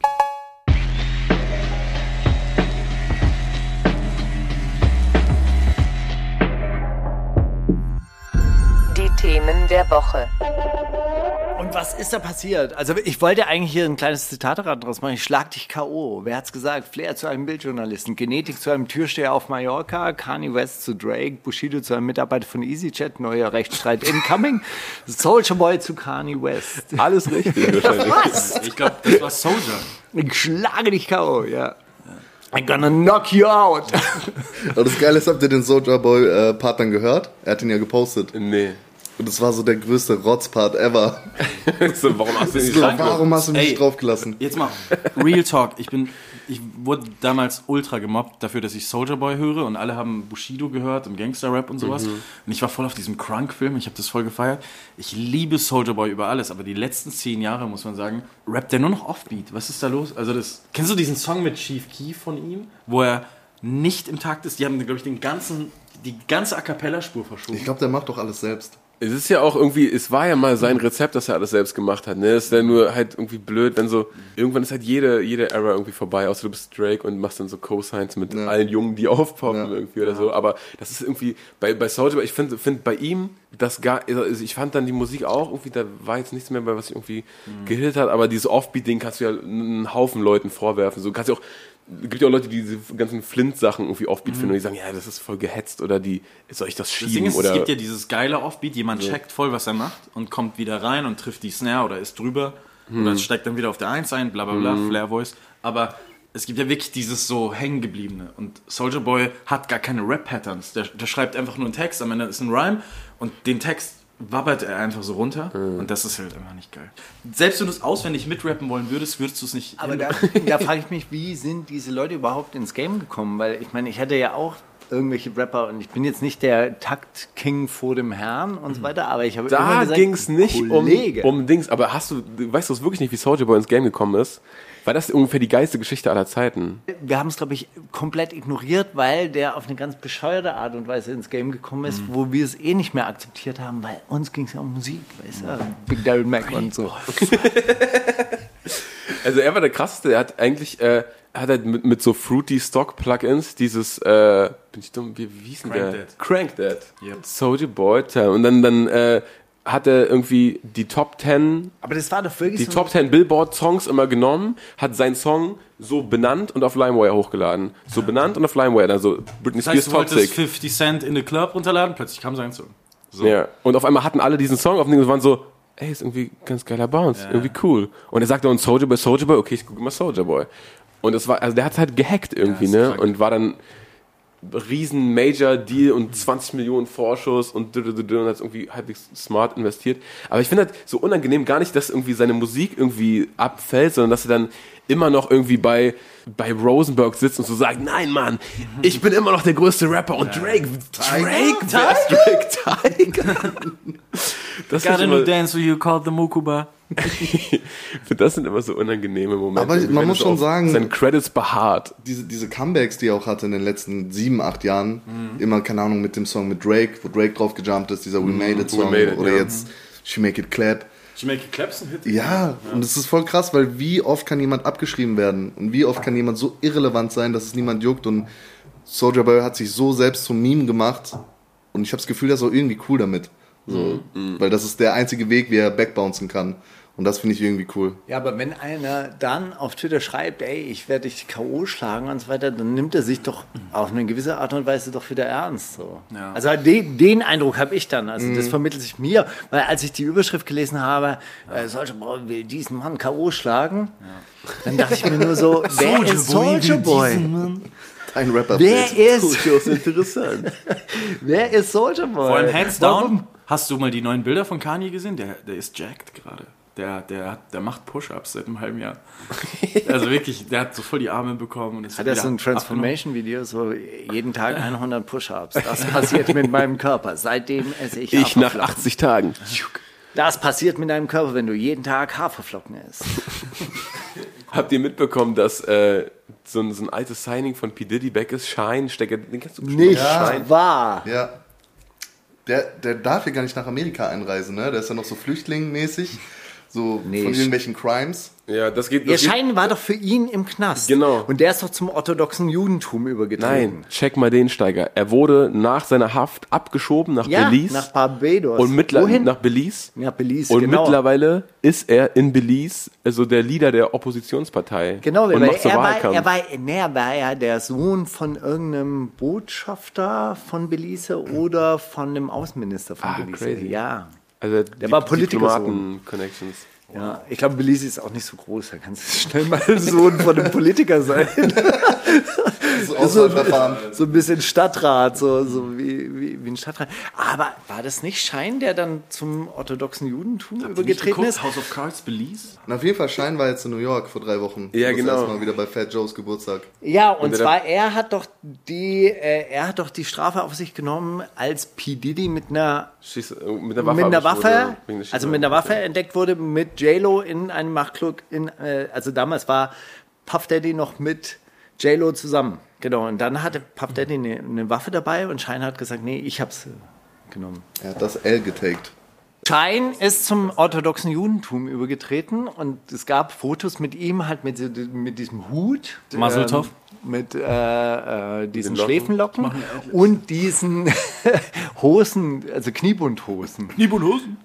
[SPEAKER 7] Die Themen der Woche.
[SPEAKER 3] Und was ist da passiert? Also ich wollte eigentlich hier ein kleines Zitat daraus machen. Ich schlag dich K.O. Wer hat's gesagt? Flair zu einem Bildjournalisten, Genetik zu einem Türsteher auf Mallorca, Kanye West zu Drake, Bushido zu einem Mitarbeiter von EasyJet, neuer Rechtsstreit incoming, Soulja Boy zu Kanye West.
[SPEAKER 4] Alles richtig wahrscheinlich.
[SPEAKER 3] Was?
[SPEAKER 5] Ich glaube, das war Soldier.
[SPEAKER 3] Ich schlage dich K.O., ja. I'm gonna knock you out.
[SPEAKER 6] Aber das Geile ist, habt ihr den Soldier Boy äh, Part dann gehört? Er hat ihn ja gepostet.
[SPEAKER 4] Nee.
[SPEAKER 6] Und das war so der größte Rotzpart ever.
[SPEAKER 4] so, warum hast du nicht
[SPEAKER 6] So,
[SPEAKER 4] dran geguckt?
[SPEAKER 6] warum hast du mich
[SPEAKER 5] Ey.
[SPEAKER 6] nicht draufgelassen?
[SPEAKER 5] Jetzt mal Real Talk. Ich bin, ich wurde damals ultra gemobbt dafür, dass ich Soldier Boy höre und alle haben Bushido gehört und Gangster Rap und sowas. Und ich war voll auf diesem Crunk-Film. Ich habe das voll gefeiert. Ich liebe Soldier Boy über alles, aber die letzten zehn Jahre muss man sagen, rappt der nur noch Offbeat. Was ist da los? Also das. Kennst du diesen Song mit Chief Keef von ihm, wo er nicht im Takt ist? Die haben, glaube ich, den ganzen, die ganze A cappella-Spur verschoben.
[SPEAKER 6] Ich glaube, der macht doch alles selbst.
[SPEAKER 4] Es ist ja auch irgendwie, es war ja mal sein Rezept, dass er alles selbst gemacht hat. Ne? Es wäre nur halt irgendwie blöd, wenn so, irgendwann ist halt jede, jede Era irgendwie vorbei, außer du bist Drake und machst dann so Co-Signs mit allen Jungen, die aufpoppen
[SPEAKER 6] Ja.
[SPEAKER 4] irgendwie oder so. Aber das ist irgendwie, bei, bei Soulja, Boy, ich finde find bei ihm, das gar, also ich fand dann die Musik auch irgendwie, da war jetzt nichts mehr bei, was ich irgendwie
[SPEAKER 5] Mhm.
[SPEAKER 4] gehittet hat, aber dieses Offbeat-Ding kannst du ja einen Haufen Leuten vorwerfen. So kannst du auch, gibt ja auch Leute, die diese ganzen Flint-Sachen irgendwie Offbeat finden und die sagen, ja, das ist voll gehetzt oder die, soll ich das
[SPEAKER 5] Mhm. Das Ding
[SPEAKER 4] schieben
[SPEAKER 5] ist,
[SPEAKER 4] oder.
[SPEAKER 5] es gibt ja dieses geile Offbeat, jemand checkt voll, was er macht und kommt wieder rein und trifft die Snare oder ist drüber
[SPEAKER 4] Hm.
[SPEAKER 5] oder steigt dann wieder auf der Eins ein, bla bla bla, Flair Voice. Aber es gibt ja wirklich dieses so hängengebliebene und Soldier Boy hat gar keine Rap-Patterns. Der, der schreibt einfach nur einen Text, am Ende ist ein Rhyme und den Text wabbert er einfach so runter und das ist halt einfach nicht geil. Selbst wenn du es auswendig mitrappen wollen würdest, würdest du es nicht.
[SPEAKER 3] Aber da,
[SPEAKER 4] Genau.
[SPEAKER 5] hinbekommen.
[SPEAKER 3] da frage ich mich, wie sind diese Leute überhaupt ins Game gekommen? Weil ich meine, ich hatte ja auch irgendwelche Rapper und ich bin jetzt nicht der Takt-King vor dem Herrn und so weiter, aber ich habe immer
[SPEAKER 4] Hm. Da
[SPEAKER 3] gesagt,
[SPEAKER 4] ging es nicht um,
[SPEAKER 3] Kollege.
[SPEAKER 4] um Dings, aber hast du, du weißt du es wirklich nicht, wie Soulja Boy ins Game gekommen ist? Weil das ist ungefähr die geilste Geschichte aller Zeiten.
[SPEAKER 3] Wir haben es, glaube ich, komplett ignoriert, weil der auf eine ganz bescheuerte Art und Weise ins Game gekommen
[SPEAKER 4] Hm.
[SPEAKER 3] ist, wo wir es eh nicht mehr akzeptiert haben, weil uns ging es ja um Musik, weißt du? Big Daryl Mac und so.
[SPEAKER 4] Also er war der krasseste, er hat eigentlich, äh, hat halt mit, mit so Fruity Stock Plugins dieses, äh, bin ich dumm, wie, wie hieß denn
[SPEAKER 5] Crank
[SPEAKER 4] der?
[SPEAKER 5] That.
[SPEAKER 4] Crank That.
[SPEAKER 5] Yep.
[SPEAKER 4] Soulja Boy, Time. und dann, dann, äh, hat er irgendwie die Top 10
[SPEAKER 3] Aber das war doch wirklich
[SPEAKER 4] die
[SPEAKER 3] so
[SPEAKER 4] Top 10 Billboard-Songs immer genommen, hat seinen Song so benannt und auf LimeWire hochgeladen. So benannt und auf LimeWire, also Britney
[SPEAKER 5] das heißt,
[SPEAKER 4] Spears
[SPEAKER 5] du
[SPEAKER 4] Toxic.
[SPEAKER 5] wolltest 50 Cent in the Club runterladen, plötzlich kam sein Song.
[SPEAKER 4] Ja. Und auf einmal hatten alle diesen Song auf dem Ding und waren so, ey, ist irgendwie ganz geiler Bounce, irgendwie cool. Und er sagte dann Soldier Boy, Soldier Boy, okay, ich gucke mal Soldier Boy. Und das war, also der hat halt gehackt irgendwie,
[SPEAKER 5] ist
[SPEAKER 4] ne?
[SPEAKER 5] krank.
[SPEAKER 4] Und war dann riesen Major Deal und 20 Millionen Vorschuss und dü- dü- dü- dü- und hat irgendwie halbwegs smart investiert. Aber ich finde halt so unangenehm gar nicht, dass irgendwie seine Musik irgendwie abfällt, sondern dass er dann immer noch irgendwie bei, bei Rosenberg sitzt und so sagt, nein Mann, ich bin immer noch der größte Rapper und Drake, Drake, wer ist Drake Tiger? Das,
[SPEAKER 5] Got
[SPEAKER 4] sind
[SPEAKER 5] a new
[SPEAKER 4] immer,
[SPEAKER 5] dance for you called the Mokuba.
[SPEAKER 4] das sind immer so unangenehme Momente.
[SPEAKER 6] Aber man
[SPEAKER 4] wenn er
[SPEAKER 6] muss
[SPEAKER 4] so
[SPEAKER 6] schon
[SPEAKER 4] auf
[SPEAKER 6] sagen-
[SPEAKER 4] seinen Credits beharrt.
[SPEAKER 6] Diese, diese Comebacks, die er auch hatte in den letzten sieben, acht Jahren, immer, keine Ahnung, mit dem Song mit Drake, wo Drake drauf gejumpt ist, dieser Mhm. We Made It Song
[SPEAKER 4] Made It,
[SPEAKER 6] oder
[SPEAKER 4] ja.
[SPEAKER 6] jetzt She Make It Clap.
[SPEAKER 5] Jamaica Claps ein Hit?
[SPEAKER 6] Ja, und das ist voll krass, weil wie oft kann jemand abgeschrieben werden und wie oft kann jemand so irrelevant sein, dass es niemand juckt und Soldier Boy hat sich so selbst zum Meme gemacht und ich habe das Gefühl, der ist auch irgendwie cool damit. So, Weil das ist der einzige Weg, wie er backbouncen kann. Und das finde ich irgendwie cool.
[SPEAKER 3] Ja, aber wenn einer dann auf Twitter schreibt, ey, ich werde dich K.O. schlagen und so weiter, dann nimmt er sich doch auf eine gewisse Art und Weise doch wieder ernst. So.
[SPEAKER 5] Ja. Mhm.
[SPEAKER 3] Also den, den Eindruck habe ich dann. Also das vermittelt sich mir, weil als ich die Überschrift gelesen habe, äh, solche Boy will diesen Mann K.O. schlagen, dann dachte ich mir nur so, wer ist Soldier Boy?
[SPEAKER 6] Ein Rapper.
[SPEAKER 3] Wer ist,
[SPEAKER 4] Das ist interessant.
[SPEAKER 3] wer ist Soldier Boy?
[SPEAKER 5] Vor allem hands down.
[SPEAKER 3] Warum?
[SPEAKER 5] Hast du mal die neuen Bilder von Kanye gesehen? Der, der ist jacked gerade. Der, der, hat- der macht Push-Ups seit einem halben Jahr. Also wirklich, der hat so voll die Arme bekommen. Und es
[SPEAKER 3] Hat er
[SPEAKER 5] wieder
[SPEAKER 3] so ein Transformation-Video, so jeden Tag 100 Push-Ups. Das passiert mit meinem Körper. Seitdem esse ich
[SPEAKER 4] Ich nach
[SPEAKER 3] Haferflocken.
[SPEAKER 4] 80 Tagen.
[SPEAKER 3] Das passiert mit deinem Körper, wenn du jeden Tag Haferflocken isst.
[SPEAKER 4] Habt ihr mitbekommen, dass äh, so, ein, so ein altes Signing von P. Diddy back ist? Shine, Stecker, den kennst du bestimmt.
[SPEAKER 3] Nicht wahr.
[SPEAKER 6] Ja. Der, der darf hier gar nicht nach Amerika einreisen, ne? Der ist ja noch so flüchtlingmäßig. So
[SPEAKER 3] Nee,
[SPEAKER 6] von
[SPEAKER 3] ich-
[SPEAKER 6] irgendwelchen Crimes.
[SPEAKER 4] Ja, das geht.
[SPEAKER 3] Ihr
[SPEAKER 4] Das geht
[SPEAKER 3] Schein war doch für ihn im Knast.
[SPEAKER 4] Genau.
[SPEAKER 3] Und der ist doch zum orthodoxen Judentum übergetreten.
[SPEAKER 4] nein, check mal den Steiger. Er wurde nach seiner Haft abgeschoben nach
[SPEAKER 3] Ja,
[SPEAKER 4] Belize.
[SPEAKER 3] nach Barbados.
[SPEAKER 4] und mittlerweile
[SPEAKER 3] Wohin?
[SPEAKER 4] nach Belize.
[SPEAKER 3] Ja, Belize,
[SPEAKER 4] Und
[SPEAKER 3] genau.
[SPEAKER 4] mittlerweile ist er in Belize, also der Leader der Oppositionspartei.
[SPEAKER 3] Genau,
[SPEAKER 4] und
[SPEAKER 3] weil
[SPEAKER 4] macht so
[SPEAKER 3] er, war,
[SPEAKER 4] Wahlkampf.
[SPEAKER 3] er, war, nee, er war ja der Sohn von irgendeinem Botschafter von Belize oder von dem Außenminister von
[SPEAKER 4] Ah,
[SPEAKER 3] Belize.
[SPEAKER 4] crazy.
[SPEAKER 3] Ja.
[SPEAKER 4] also
[SPEAKER 3] der war Politikersohn.
[SPEAKER 4] Diplomaten-Connections.
[SPEAKER 3] ja. Ich glaube, Belize ist auch nicht so groß, da kannst du schnell mal Sohn von einem Politiker sein.
[SPEAKER 6] So
[SPEAKER 3] so,
[SPEAKER 6] Auswahlverfahren.
[SPEAKER 3] so ein bisschen Stadtrat, so, so wie, wie, wie ein Stadtrat. Aber war das nicht Schein, der dann zum orthodoxen Judentum übergetreten ist?
[SPEAKER 5] House of Cards Belize?
[SPEAKER 6] Und auf jeden Fall, Schein war jetzt in New York vor drei Wochen.
[SPEAKER 4] Ja,
[SPEAKER 6] Das
[SPEAKER 4] genau.
[SPEAKER 6] erste Mal wieder bei Fat Joes Geburtstag.
[SPEAKER 3] Ja, und
[SPEAKER 4] der
[SPEAKER 3] zwar er hat doch die, äh, er hat doch die Strafe auf sich genommen, als P. Diddy mit einer
[SPEAKER 4] Schieß- äh, Mit einer Waffe.
[SPEAKER 3] mit einer
[SPEAKER 4] erwischt wurde,
[SPEAKER 3] Waffe,
[SPEAKER 4] wegen des
[SPEAKER 3] also mit einer
[SPEAKER 4] Schießerei.
[SPEAKER 3] Waffe entdeckt wurde, mit J-Lo in einem Machtclub, in, äh, also damals war Puff Daddy noch mit J-Lo zusammen. Genau, und dann hatte Puff Daddy eine, eine Waffe dabei und Schein hat gesagt, nee, ich hab's äh, genommen.
[SPEAKER 6] Er hat das L getaked.
[SPEAKER 3] Schein ist zum orthodoxen Judentum übergetreten und es gab Fotos mit ihm, halt mit, so- mit diesem Hut.
[SPEAKER 5] Maseltoff?
[SPEAKER 3] Ähm, mit äh, äh, diesen
[SPEAKER 4] Locken.
[SPEAKER 3] Schläfenlocken und diesen Hosen, also Kniebundhosen.
[SPEAKER 5] Nibunhosen?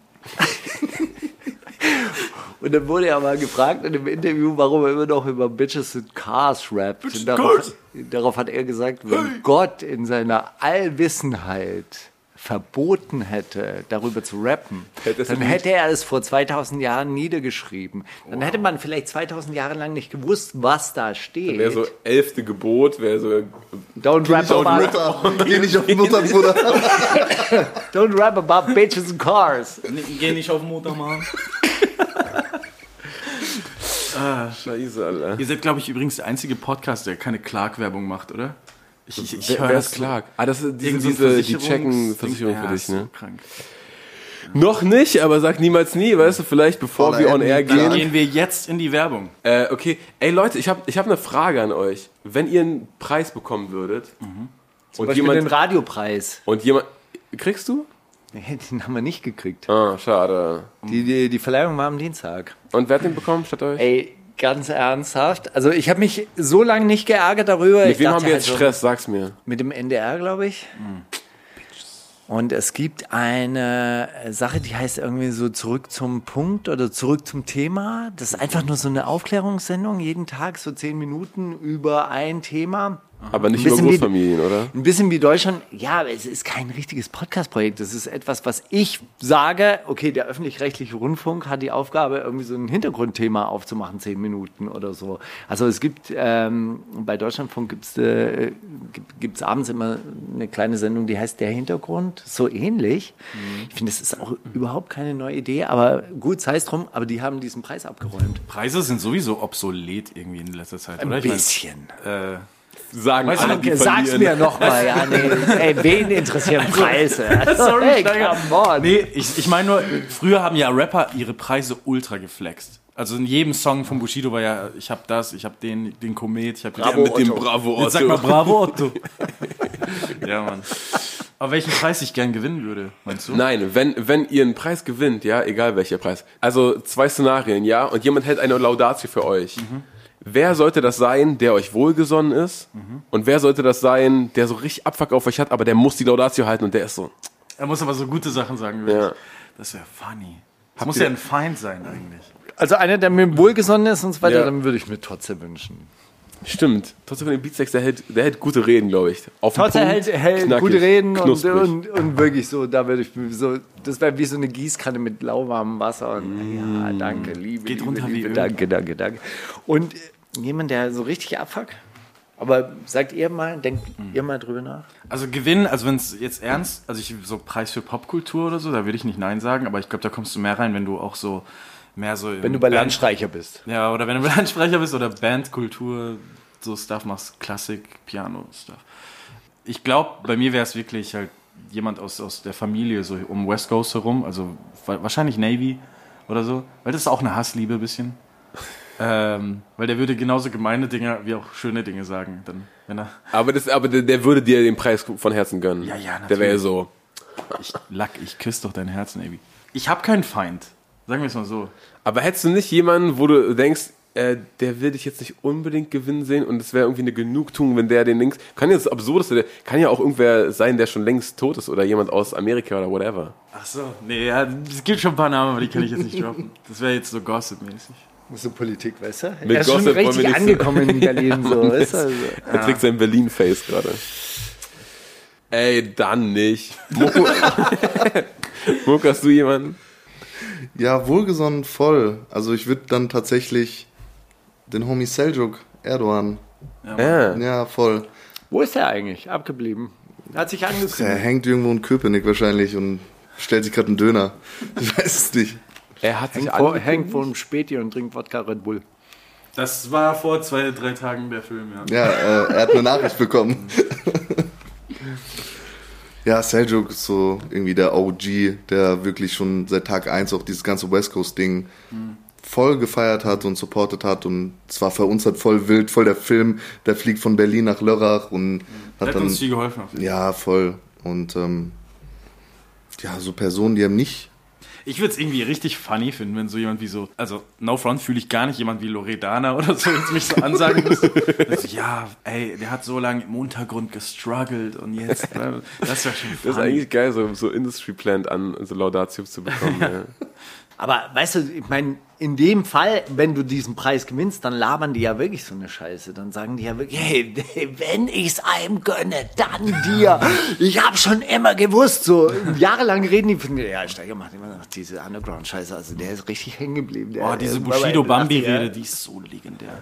[SPEAKER 3] Und dann wurde er mal gefragt in einem Interview, warum er immer noch über Bitches and Cars rappt. Und darauf,
[SPEAKER 5] Cars.
[SPEAKER 3] darauf hat er gesagt, wenn Gott in seiner Allwissenheit verboten hätte, darüber zu rappen,
[SPEAKER 4] Hätte es
[SPEAKER 3] dann
[SPEAKER 4] nicht-
[SPEAKER 3] hätte er es vor 2000 Jahren niedergeschrieben. Dann hätte man vielleicht 2000 Jahre lang nicht gewusst, was da steht.
[SPEAKER 4] Wäre so elfte Gebot, wäre so.
[SPEAKER 3] don't, rap about,
[SPEAKER 6] Mutter, geh nicht auf die Mutter, Bruder.
[SPEAKER 3] don't rap about bitches and cars.
[SPEAKER 5] Geh nicht auf Motormann.
[SPEAKER 4] Scheiße, Alter.
[SPEAKER 5] Ihr seid, glaube ich, übrigens der einzige Podcast, der keine Clark-Werbung macht, oder? Ich, ich, ich
[SPEAKER 4] Wer,
[SPEAKER 5] höre
[SPEAKER 4] wer ist
[SPEAKER 5] das
[SPEAKER 4] Clark? Ah, das ist diese,
[SPEAKER 5] Irgend so ein
[SPEAKER 4] diese die
[SPEAKER 5] Versicherungs-
[SPEAKER 4] checken Versicherung
[SPEAKER 5] Ja,
[SPEAKER 4] für dich,
[SPEAKER 5] ist so
[SPEAKER 4] ne?
[SPEAKER 5] Krank.
[SPEAKER 4] Noch nicht, aber sag niemals nie, weißt du, vielleicht bevor
[SPEAKER 6] Voller
[SPEAKER 4] wir on air
[SPEAKER 6] Emden,
[SPEAKER 5] Dann
[SPEAKER 4] gehen.
[SPEAKER 5] gehen wir jetzt in die Werbung.
[SPEAKER 4] Äh, okay, ey Leute, ich habe ich hab eine Frage an euch. Wenn ihr einen Preis bekommen würdet
[SPEAKER 5] Mhm.
[SPEAKER 4] und,
[SPEAKER 3] Beispiel den
[SPEAKER 4] jemand,
[SPEAKER 3] Radiopreis.
[SPEAKER 4] und jemand. Kriegst du?
[SPEAKER 3] Nee, Den haben wir nicht gekriegt.
[SPEAKER 4] Ah, schade.
[SPEAKER 3] Die, die, die Verleihung war am Dienstag.
[SPEAKER 4] Und wer hat den bekommen statt euch?
[SPEAKER 3] Ey, ganz ernsthaft. Also ich habe mich so lange nicht geärgert darüber.
[SPEAKER 4] Mit
[SPEAKER 3] ich
[SPEAKER 4] wem haben
[SPEAKER 3] dachte
[SPEAKER 4] wir jetzt
[SPEAKER 5] also-
[SPEAKER 3] halt so,
[SPEAKER 4] Stress? Hm. Sag's mir.
[SPEAKER 3] Mit dem NDR, glaube ich. Und es gibt eine äh, Sache, die heißt irgendwie so zurück zum Punkt oder zurück zum Thema. Das ist einfach nur so eine Aufklärungssendung, jeden Tag so zehn Minuten über ein Thema.
[SPEAKER 4] Aber nicht
[SPEAKER 3] Ein
[SPEAKER 4] über
[SPEAKER 3] bisschen wie-
[SPEAKER 4] Großfamilien, oder?
[SPEAKER 3] Ein bisschen wie Deutschland, ja, aber es ist kein richtiges Podcast-Projekt. Das ist etwas, was ich sage, okay, der öffentlich-rechtliche Rundfunk hat die Aufgabe, irgendwie so ein Hintergrundthema aufzumachen, zehn Minuten oder so. Also es gibt, ähm, bei Deutschlandfunk gibt's äh, gibt, gibt's abends immer eine kleine Sendung, die heißt Der Hintergrund, so ähnlich.
[SPEAKER 4] Mhm.
[SPEAKER 3] Ich finde, das ist auch überhaupt keine neue Idee, aber gut, sei es drum, aber die haben diesen Preis abgeräumt.
[SPEAKER 5] Preise sind sowieso obsolet irgendwie in letzter Zeit, oder?
[SPEAKER 3] Ein
[SPEAKER 5] Ich mein,
[SPEAKER 3] bisschen.
[SPEAKER 5] äh,
[SPEAKER 4] Sagen
[SPEAKER 5] Weißt du,
[SPEAKER 4] alle, die
[SPEAKER 3] Sag's
[SPEAKER 4] verlieren.
[SPEAKER 3] mir nochmal, ja, nee. Ey, wen interessieren Preise? Also, Sorry, hey, come on.
[SPEAKER 5] nee, ich, ich meine nur, früher haben ja Rapper ihre Preise ultra geflext. Also in jedem Song von Bushido war ja, ich hab das, ich hab den, den Komet, ich hab
[SPEAKER 4] Ja,
[SPEAKER 5] den
[SPEAKER 4] mit dem Bravo
[SPEAKER 5] Jetzt sag mal
[SPEAKER 4] Otto.
[SPEAKER 5] Bravo Otto. ja, Mann. Aber welchen Preis ich gern gewinnen würde, meinst du?
[SPEAKER 4] Nein, wenn, wenn ihr einen Preis gewinnt, ja, egal welcher Preis. Also zwei Szenarien, ja, und jemand hält eine Laudatio für euch. Wer sollte das sein, der euch wohlgesonnen ist? Und wer sollte das sein, der so richtig Abfuck auf euch hat, aber der muss die Laudatio halten und der ist so.
[SPEAKER 5] Er muss aber so gute Sachen sagen. wie
[SPEAKER 4] Ja.
[SPEAKER 5] ich. Das wäre funny. Das muss ja ein Feind sein eigentlich.
[SPEAKER 3] Also einer, der mir wohlgesonnen ist und so weiter,
[SPEAKER 4] Ja.
[SPEAKER 3] dann würde ich mir Totze wünschen.
[SPEAKER 4] Stimmt. Trotzdem von dem Beatsex, der hält, der hält gute Reden, glaube ich. Auf den
[SPEAKER 3] Totze
[SPEAKER 4] Punkt,
[SPEAKER 3] hält, hält
[SPEAKER 4] knackig,
[SPEAKER 3] gute Reden und,
[SPEAKER 4] knusprig.
[SPEAKER 3] und, und wirklich so, da würde ich so, das wäre wie so eine Gießkanne mit lauwarmem Wasser. Und, ja, danke, liebe,
[SPEAKER 5] Geht
[SPEAKER 3] liebe,
[SPEAKER 5] runter wie
[SPEAKER 3] liebe,
[SPEAKER 5] Öl.
[SPEAKER 3] danke, danke, danke. Und äh, jemand, der so richtig abfuckt, aber sagt ihr mal, denkt ihr mal drüber nach.
[SPEAKER 5] Also gewinnen, also wenn es jetzt ernst, also ich so Preis für Popkultur oder so, da würde ich nicht nein sagen, aber ich glaube, da kommst du mehr rein, wenn du auch so mehr so
[SPEAKER 3] Wenn du bei Landstreicher bist.
[SPEAKER 5] ja, oder wenn du Landsprecher bist oder Bandkultur so Stuff machst, Klassik, Piano Stuff. Ich glaube, bei mir wäre es wirklich halt jemand aus aus der Familie so um West Coast herum, also wa- wahrscheinlich Navy oder so, weil das ist auch eine Hassliebe ein bisschen. Ähm, weil der würde genauso gemeine Dinge wie auch schöne Dinge sagen, dann wenn er
[SPEAKER 4] Aber, das, aber der, der würde dir den Preis von Herzen gönnen.
[SPEAKER 5] Ja, ja, natürlich.
[SPEAKER 4] Der wäre so.
[SPEAKER 5] Ich, Lack, ich küsse doch dein Herz, Navy. Ich habe keinen Feind. Sagen wir es mal so.
[SPEAKER 4] Aber hättest du nicht jemanden, wo du denkst, äh, der will dich jetzt nicht unbedingt gewinnen sehen und es wäre irgendwie eine Genugtuung, wenn der den links. Kann jetzt absurd ist, kann ja auch irgendwer sein, der schon längst tot ist oder jemand aus Amerika oder whatever.
[SPEAKER 5] Ach so. Nee, ja, es gibt schon ein paar Namen, aber die kann ich jetzt nicht droppen. Das wäre jetzt so Gossip-mäßig.
[SPEAKER 3] So Politik, weißt du?
[SPEAKER 4] Mit
[SPEAKER 3] er ist schon
[SPEAKER 4] Gossip wollen wir
[SPEAKER 3] richtig
[SPEAKER 4] nicht-
[SPEAKER 3] angekommen in Berlin. so, weißt du? also.
[SPEAKER 4] Er trägt sein Berlin-Face gerade. Ey, dann nicht. Mucko, Mucko, hast du jemanden?
[SPEAKER 6] Ja, wohlgesonnen voll. Also ich würde dann tatsächlich den Homie Seljuk Erdogan.
[SPEAKER 4] Ja.
[SPEAKER 6] Ja, voll.
[SPEAKER 3] Wo ist er eigentlich? Abgeblieben. Hat sich
[SPEAKER 6] Der
[SPEAKER 3] angetrieben.
[SPEAKER 6] hängt irgendwo in Köpenick wahrscheinlich und stellt sich gerade einen Döner. Ich weiß es nicht.
[SPEAKER 4] Er hat sich
[SPEAKER 3] Hängt vor,
[SPEAKER 4] alle.
[SPEAKER 3] hängt vor einem Späti und trinkt Wodka Red Bull.
[SPEAKER 5] Das war vor zwei, drei Tagen der Film, ja.
[SPEAKER 6] Ja, äh, er hat eine Nachricht bekommen.
[SPEAKER 5] Mhm.
[SPEAKER 6] ja, Seljuk ist so irgendwie der OG, der wirklich schon seit Tag 1 auch dieses ganze West Coast-Ding
[SPEAKER 5] Mhm.
[SPEAKER 6] voll gefeiert hat und supportet hat. Und es war für uns halt voll wild, voll der Film. Der fliegt von Berlin nach Lörrach und
[SPEAKER 5] Hat,
[SPEAKER 6] hat dann.
[SPEAKER 5] Mhm. uns viel geholfen. Auf jeden Fall.
[SPEAKER 6] Ja, voll. Und ähm, ja, so Personen, die haben nicht.
[SPEAKER 5] Ich würde es irgendwie richtig funny finden, wenn so jemand wie so, also No Front fühle ich gar nicht jemand wie Loredana oder so, jetzt mich so ansagen müsste. Also, ja, ey, der hat so lange im Untergrund gestruggelt und jetzt, äh, das wäre schon funny.
[SPEAKER 4] Das ist eigentlich geil, so, so Industry Plant an, so Laudatium zu bekommen. ja.
[SPEAKER 3] Aber weißt du, ich meine, in dem Fall, wenn du diesen Preis gewinnst, dann labern die ja wirklich so eine Scheiße. Dann sagen die ja wirklich, hey, wenn ich's einem gönne, dann dir. Ich hab schon immer gewusst, so jahrelang reden die von, ja, Steiger macht immer noch diese Underground-Scheiße. Also der ist richtig hängen geblieben. Der-
[SPEAKER 5] Boah, Oh, diese
[SPEAKER 3] der- aber-
[SPEAKER 5] Bushido-Bambi-Rede, die ist so legendär.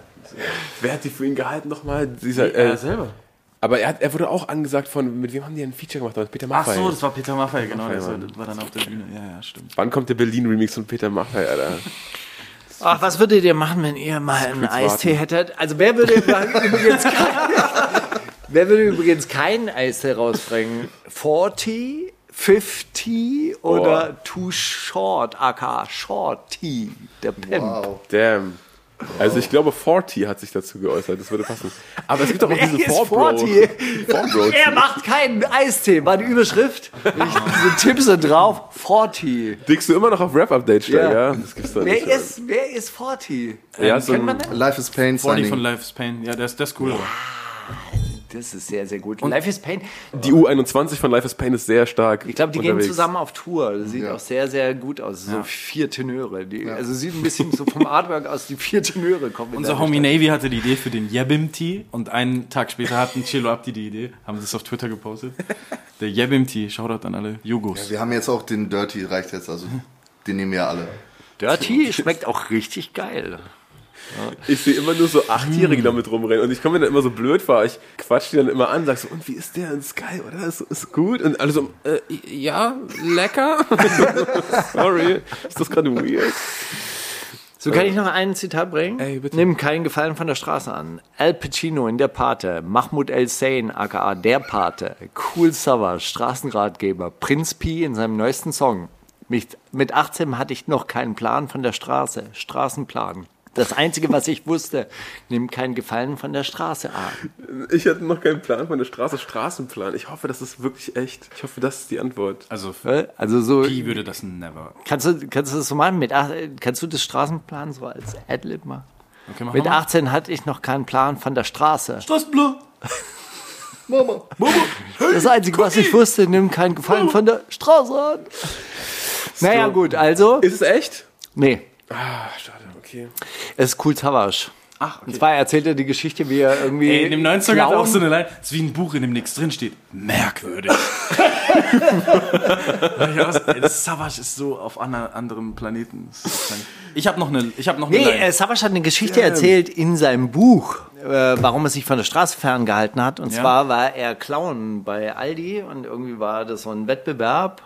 [SPEAKER 4] Wer hat die für ihn gehalten nochmal? Dieser,
[SPEAKER 5] Er
[SPEAKER 4] äh,
[SPEAKER 5] selber.
[SPEAKER 4] aber er, hat, er wurde auch angesagt von, mit wem haben die ein Feature gemacht? Mit Peter
[SPEAKER 5] Ach
[SPEAKER 4] Maffay.
[SPEAKER 5] so, das war Peter Maffay, genau, das war,
[SPEAKER 4] Maffay,
[SPEAKER 5] das war dann auf der Bühne. Ja, ja, stimmt.
[SPEAKER 4] Wann kommt der Berlin-Remix von Peter Maffay, Alter?
[SPEAKER 3] Ach, was würdet ihr machen, wenn ihr mal einen Eistee hättet? Also wer würde übrigens kein, wer würde übrigens keinen Eistee rausbringen? 40, 50 oder Too Short, aka Short Tea, der Pimp.
[SPEAKER 4] Damn. Also ich glaube, 40 hat sich dazu geäußert, das würde passen. Aber es gibt auch noch
[SPEAKER 3] Wer
[SPEAKER 4] diese
[SPEAKER 3] ist
[SPEAKER 4] 40.
[SPEAKER 3] 40?
[SPEAKER 4] Bro.
[SPEAKER 3] Er macht keinen Eistee, war die Überschrift. Ich, so Tipps sind drauf, 40.
[SPEAKER 4] Dickst du immer noch auf Rap-Update, Steiger? Ja. Das gibt's doch
[SPEAKER 3] Wer
[SPEAKER 4] nicht.
[SPEAKER 3] ist, ähm, wer ist 40?
[SPEAKER 4] ja, so ein,
[SPEAKER 6] Life is Pain
[SPEAKER 5] Funny von
[SPEAKER 6] Signing.
[SPEAKER 5] Life's Pain, ja, das, das ist cool. aber-
[SPEAKER 3] Das ist sehr, sehr gut. Und Life is Pain,
[SPEAKER 4] die U21 von Life is Pain ist sehr stark
[SPEAKER 3] Ich glaube, die
[SPEAKER 4] unterwegs.
[SPEAKER 3] gehen zusammen auf Tour. Das sieht auch sehr, sehr gut aus. So vier Tenöre. Die, Also sieht ein bisschen so vom Artwork aus, die vier Tenöre kommen. in
[SPEAKER 5] Unser
[SPEAKER 3] der
[SPEAKER 5] Homie Navy hatte die Idee für den Yebim-Tee und einen Tag später hatten Chilo Abdi die Idee, haben das auf Twitter gepostet. Der Yebim-Tee, Shoutout an alle Jugos.
[SPEAKER 6] Wir haben jetzt auch den Dirty, reicht jetzt. Also, den nehmen wir alle.
[SPEAKER 3] Dirty schmeckt auch richtig geil.
[SPEAKER 4] Ich sehe immer nur so
[SPEAKER 3] Hm.
[SPEAKER 4] Achtjährige damit rumrennen und ich komme mir dann immer so blöd vor. Ich quatsch die dann immer an, sag so, und wie ist der in Sky, oder? Ist, ist gut? Und alle so, äh, ja, lecker. Sorry, ist das gerade weird?
[SPEAKER 3] So kann ich noch ein Zitat bringen.
[SPEAKER 4] Ey, bitte.
[SPEAKER 3] Nimm keinen Gefallen von der Straße an. Al Pacino in Der Pate, Mahmoud El Sain aka Der Pate, Cool Savage, Straßenratgeber, Prinz P in seinem neuesten Song. Mit, mit 18 hatte ich noch keinen Plan von der Straße, Straßenplan. Das Einzige, was ich wusste, nimm keinen Gefallen von der Straße an.
[SPEAKER 4] Ich hatte noch keinen Plan von der Straße, Straßenplan. Ich hoffe, das ist wirklich echt. Ich hoffe, das ist die Antwort.
[SPEAKER 5] Also
[SPEAKER 3] Äh, Also so,
[SPEAKER 5] Pi würde das never.
[SPEAKER 3] kannst du, kannst du das so machen? Mit, ach- kannst du das Straßenplan so als Adlib machen?
[SPEAKER 5] Okay, mach
[SPEAKER 3] Mit
[SPEAKER 5] mal.
[SPEAKER 3] 18 hatte ich noch keinen Plan von der Straße.
[SPEAKER 5] Straßenblau.
[SPEAKER 6] Mama.
[SPEAKER 3] Das Einzige, was ich wusste, nimm keinen Gefallen von der Straße an. Naja, gut, also.
[SPEAKER 4] Ist es echt?
[SPEAKER 3] Nee,
[SPEAKER 4] Ah, schade, okay.
[SPEAKER 3] es ist cool Savage. Ach, Und zwar erzählt er die Geschichte, wie er irgendwie.
[SPEAKER 5] Ey, in dem 90er hat er auch
[SPEAKER 3] Clown-
[SPEAKER 5] so eine Line, es ist wie ein Buch, in dem nichts drin steht. Merkwürdig. Ja, was- ey, das Savage ist so auf ander- anderem Planeten. Das ist krank. Ich habe noch eine, ich habe noch eine
[SPEAKER 3] Nee,
[SPEAKER 5] Line.
[SPEAKER 3] äh, Savas hat eine Geschichte erzählt in seinem Buch, äh, warum er sich von der Straße ferngehalten hat. Und
[SPEAKER 5] Ja.
[SPEAKER 3] zwar war er Clown bei Aldi und irgendwie war das so ein Wettbewerb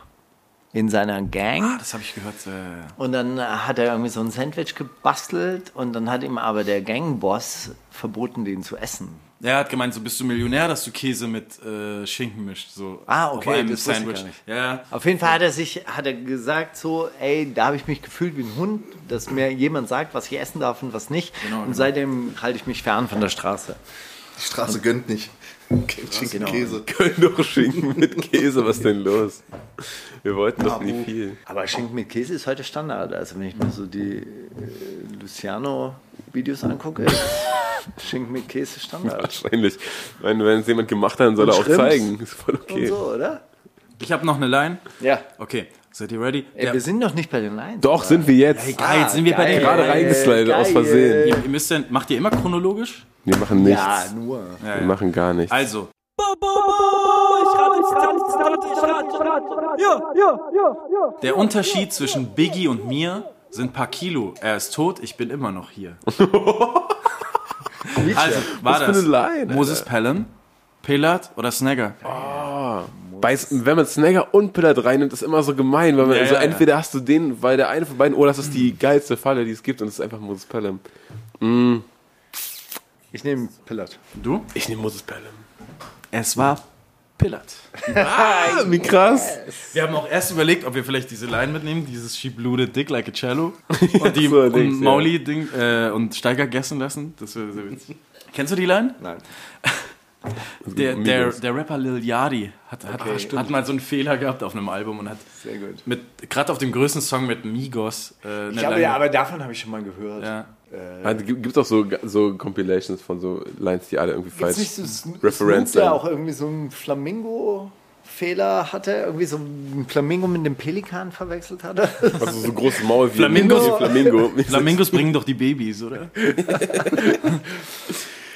[SPEAKER 3] in seiner Gang.
[SPEAKER 5] das habe ich gehört. Äh,
[SPEAKER 3] Und dann hat er irgendwie so ein Sandwich gebastelt und dann hat ihm aber der Gangboss verboten, den zu essen.
[SPEAKER 5] Er hat gemeint, so bist du Millionär, dass du Käse mit äh, Schinken mischt. So
[SPEAKER 3] Ah, okay,
[SPEAKER 5] auf einem
[SPEAKER 3] das wusste ich
[SPEAKER 5] Sandwich.
[SPEAKER 3] gar nicht.
[SPEAKER 5] Ja, ja.
[SPEAKER 3] Auf jeden Fall hat er sich, hat er gesagt so, ey, da habe ich mich gefühlt wie ein Hund, dass mir jemand sagt, was ich essen darf und was nicht. und seitdem halte ich mich fern von der Straße.
[SPEAKER 6] Die Straße gönnt nicht. Kein Schinken
[SPEAKER 5] Genau.
[SPEAKER 6] Käse.
[SPEAKER 4] Köln doch Schinken mit Käse, was denn los? Wir wollten doch nie
[SPEAKER 6] Tabu.
[SPEAKER 4] viel.
[SPEAKER 3] Aber Schinken mit Käse ist heute Standard. Also wenn ich mir so die äh, Luciano-Videos angucke, ist Schinken mit Käse Standard.
[SPEAKER 4] Wahrscheinlich. Wenn wenn es jemand gemacht hat, dann soll er auch
[SPEAKER 3] Schrimps.
[SPEAKER 4] zeigen. Ist voll okay.
[SPEAKER 3] Und so, oder?
[SPEAKER 5] Ich habe noch eine Line.
[SPEAKER 3] Ja.
[SPEAKER 5] Okay, seid ihr ready?
[SPEAKER 3] Ey,
[SPEAKER 5] Ja.
[SPEAKER 3] wir sind noch nicht bei den Lines.
[SPEAKER 4] Doch, sind wir jetzt.
[SPEAKER 5] Geil, jetzt sind wir bei
[SPEAKER 3] geil.
[SPEAKER 5] den
[SPEAKER 4] Gerade reingeslidet, aus Versehen.
[SPEAKER 5] Ihr, ihr müsst ja, macht ihr immer chronologisch?
[SPEAKER 4] Wir machen nichts.
[SPEAKER 3] Ja, nur.
[SPEAKER 4] Wir machen gar nichts.
[SPEAKER 5] Also, der Unterschied zwischen Biggie und mir sind paar Kilo. Er ist tot, ich bin immer noch hier. also, war
[SPEAKER 4] für
[SPEAKER 5] das
[SPEAKER 4] eine Line,
[SPEAKER 5] Moses Pelham, Pillard oder Snagger?
[SPEAKER 4] Bei, wenn man Snagger und Pillard reinnimmt, ist immer so gemein. Weil man,
[SPEAKER 5] Ja,
[SPEAKER 4] also
[SPEAKER 5] ja, ja.
[SPEAKER 4] entweder hast du den, weil der eine von beiden, oder das ist die geilste Falle, die es gibt, und es ist einfach Moses Pelham.
[SPEAKER 3] Ich nehme Pillard.
[SPEAKER 5] Du?
[SPEAKER 4] Ich nehme Moses Pelham.
[SPEAKER 5] Es war Pillard.
[SPEAKER 4] Ah, wie krass.
[SPEAKER 5] Wir haben auch erst überlegt, ob wir vielleicht diese Line mitnehmen, dieses She blew the dick like a cello und die
[SPEAKER 4] so, Dings,
[SPEAKER 5] und
[SPEAKER 4] ja.
[SPEAKER 5] Mauli Ding, äh, und Steiger gessen lassen. Das wäre so witzig. Kennst du die Line?
[SPEAKER 3] Nein.
[SPEAKER 5] Der, der, der Rapper Lil Yachty hat, hat, hat mal so einen Fehler gehabt auf einem Album und hat
[SPEAKER 3] Sehr gut.
[SPEAKER 5] mit gerade auf dem größten Song mit Migos äh,
[SPEAKER 3] Ich glaube, ja, aber davon habe ich schon mal gehört.
[SPEAKER 5] ja.
[SPEAKER 4] Also, gibt es auch so, so Compilations von so Lines, die alle irgendwie
[SPEAKER 3] Gibt's
[SPEAKER 4] falsch
[SPEAKER 3] nicht so Sno-
[SPEAKER 4] Referenz
[SPEAKER 3] Snoop, der
[SPEAKER 4] sein.
[SPEAKER 3] auch irgendwie so einen Flamingo-Fehler hatte, irgendwie so einen Flamingo mit einem Pelikan verwechselt hatte.
[SPEAKER 4] Also so großes Maul wie
[SPEAKER 5] Flamingos.
[SPEAKER 4] wie Flamingo.
[SPEAKER 5] Flamingos bringen doch die Babys, oder?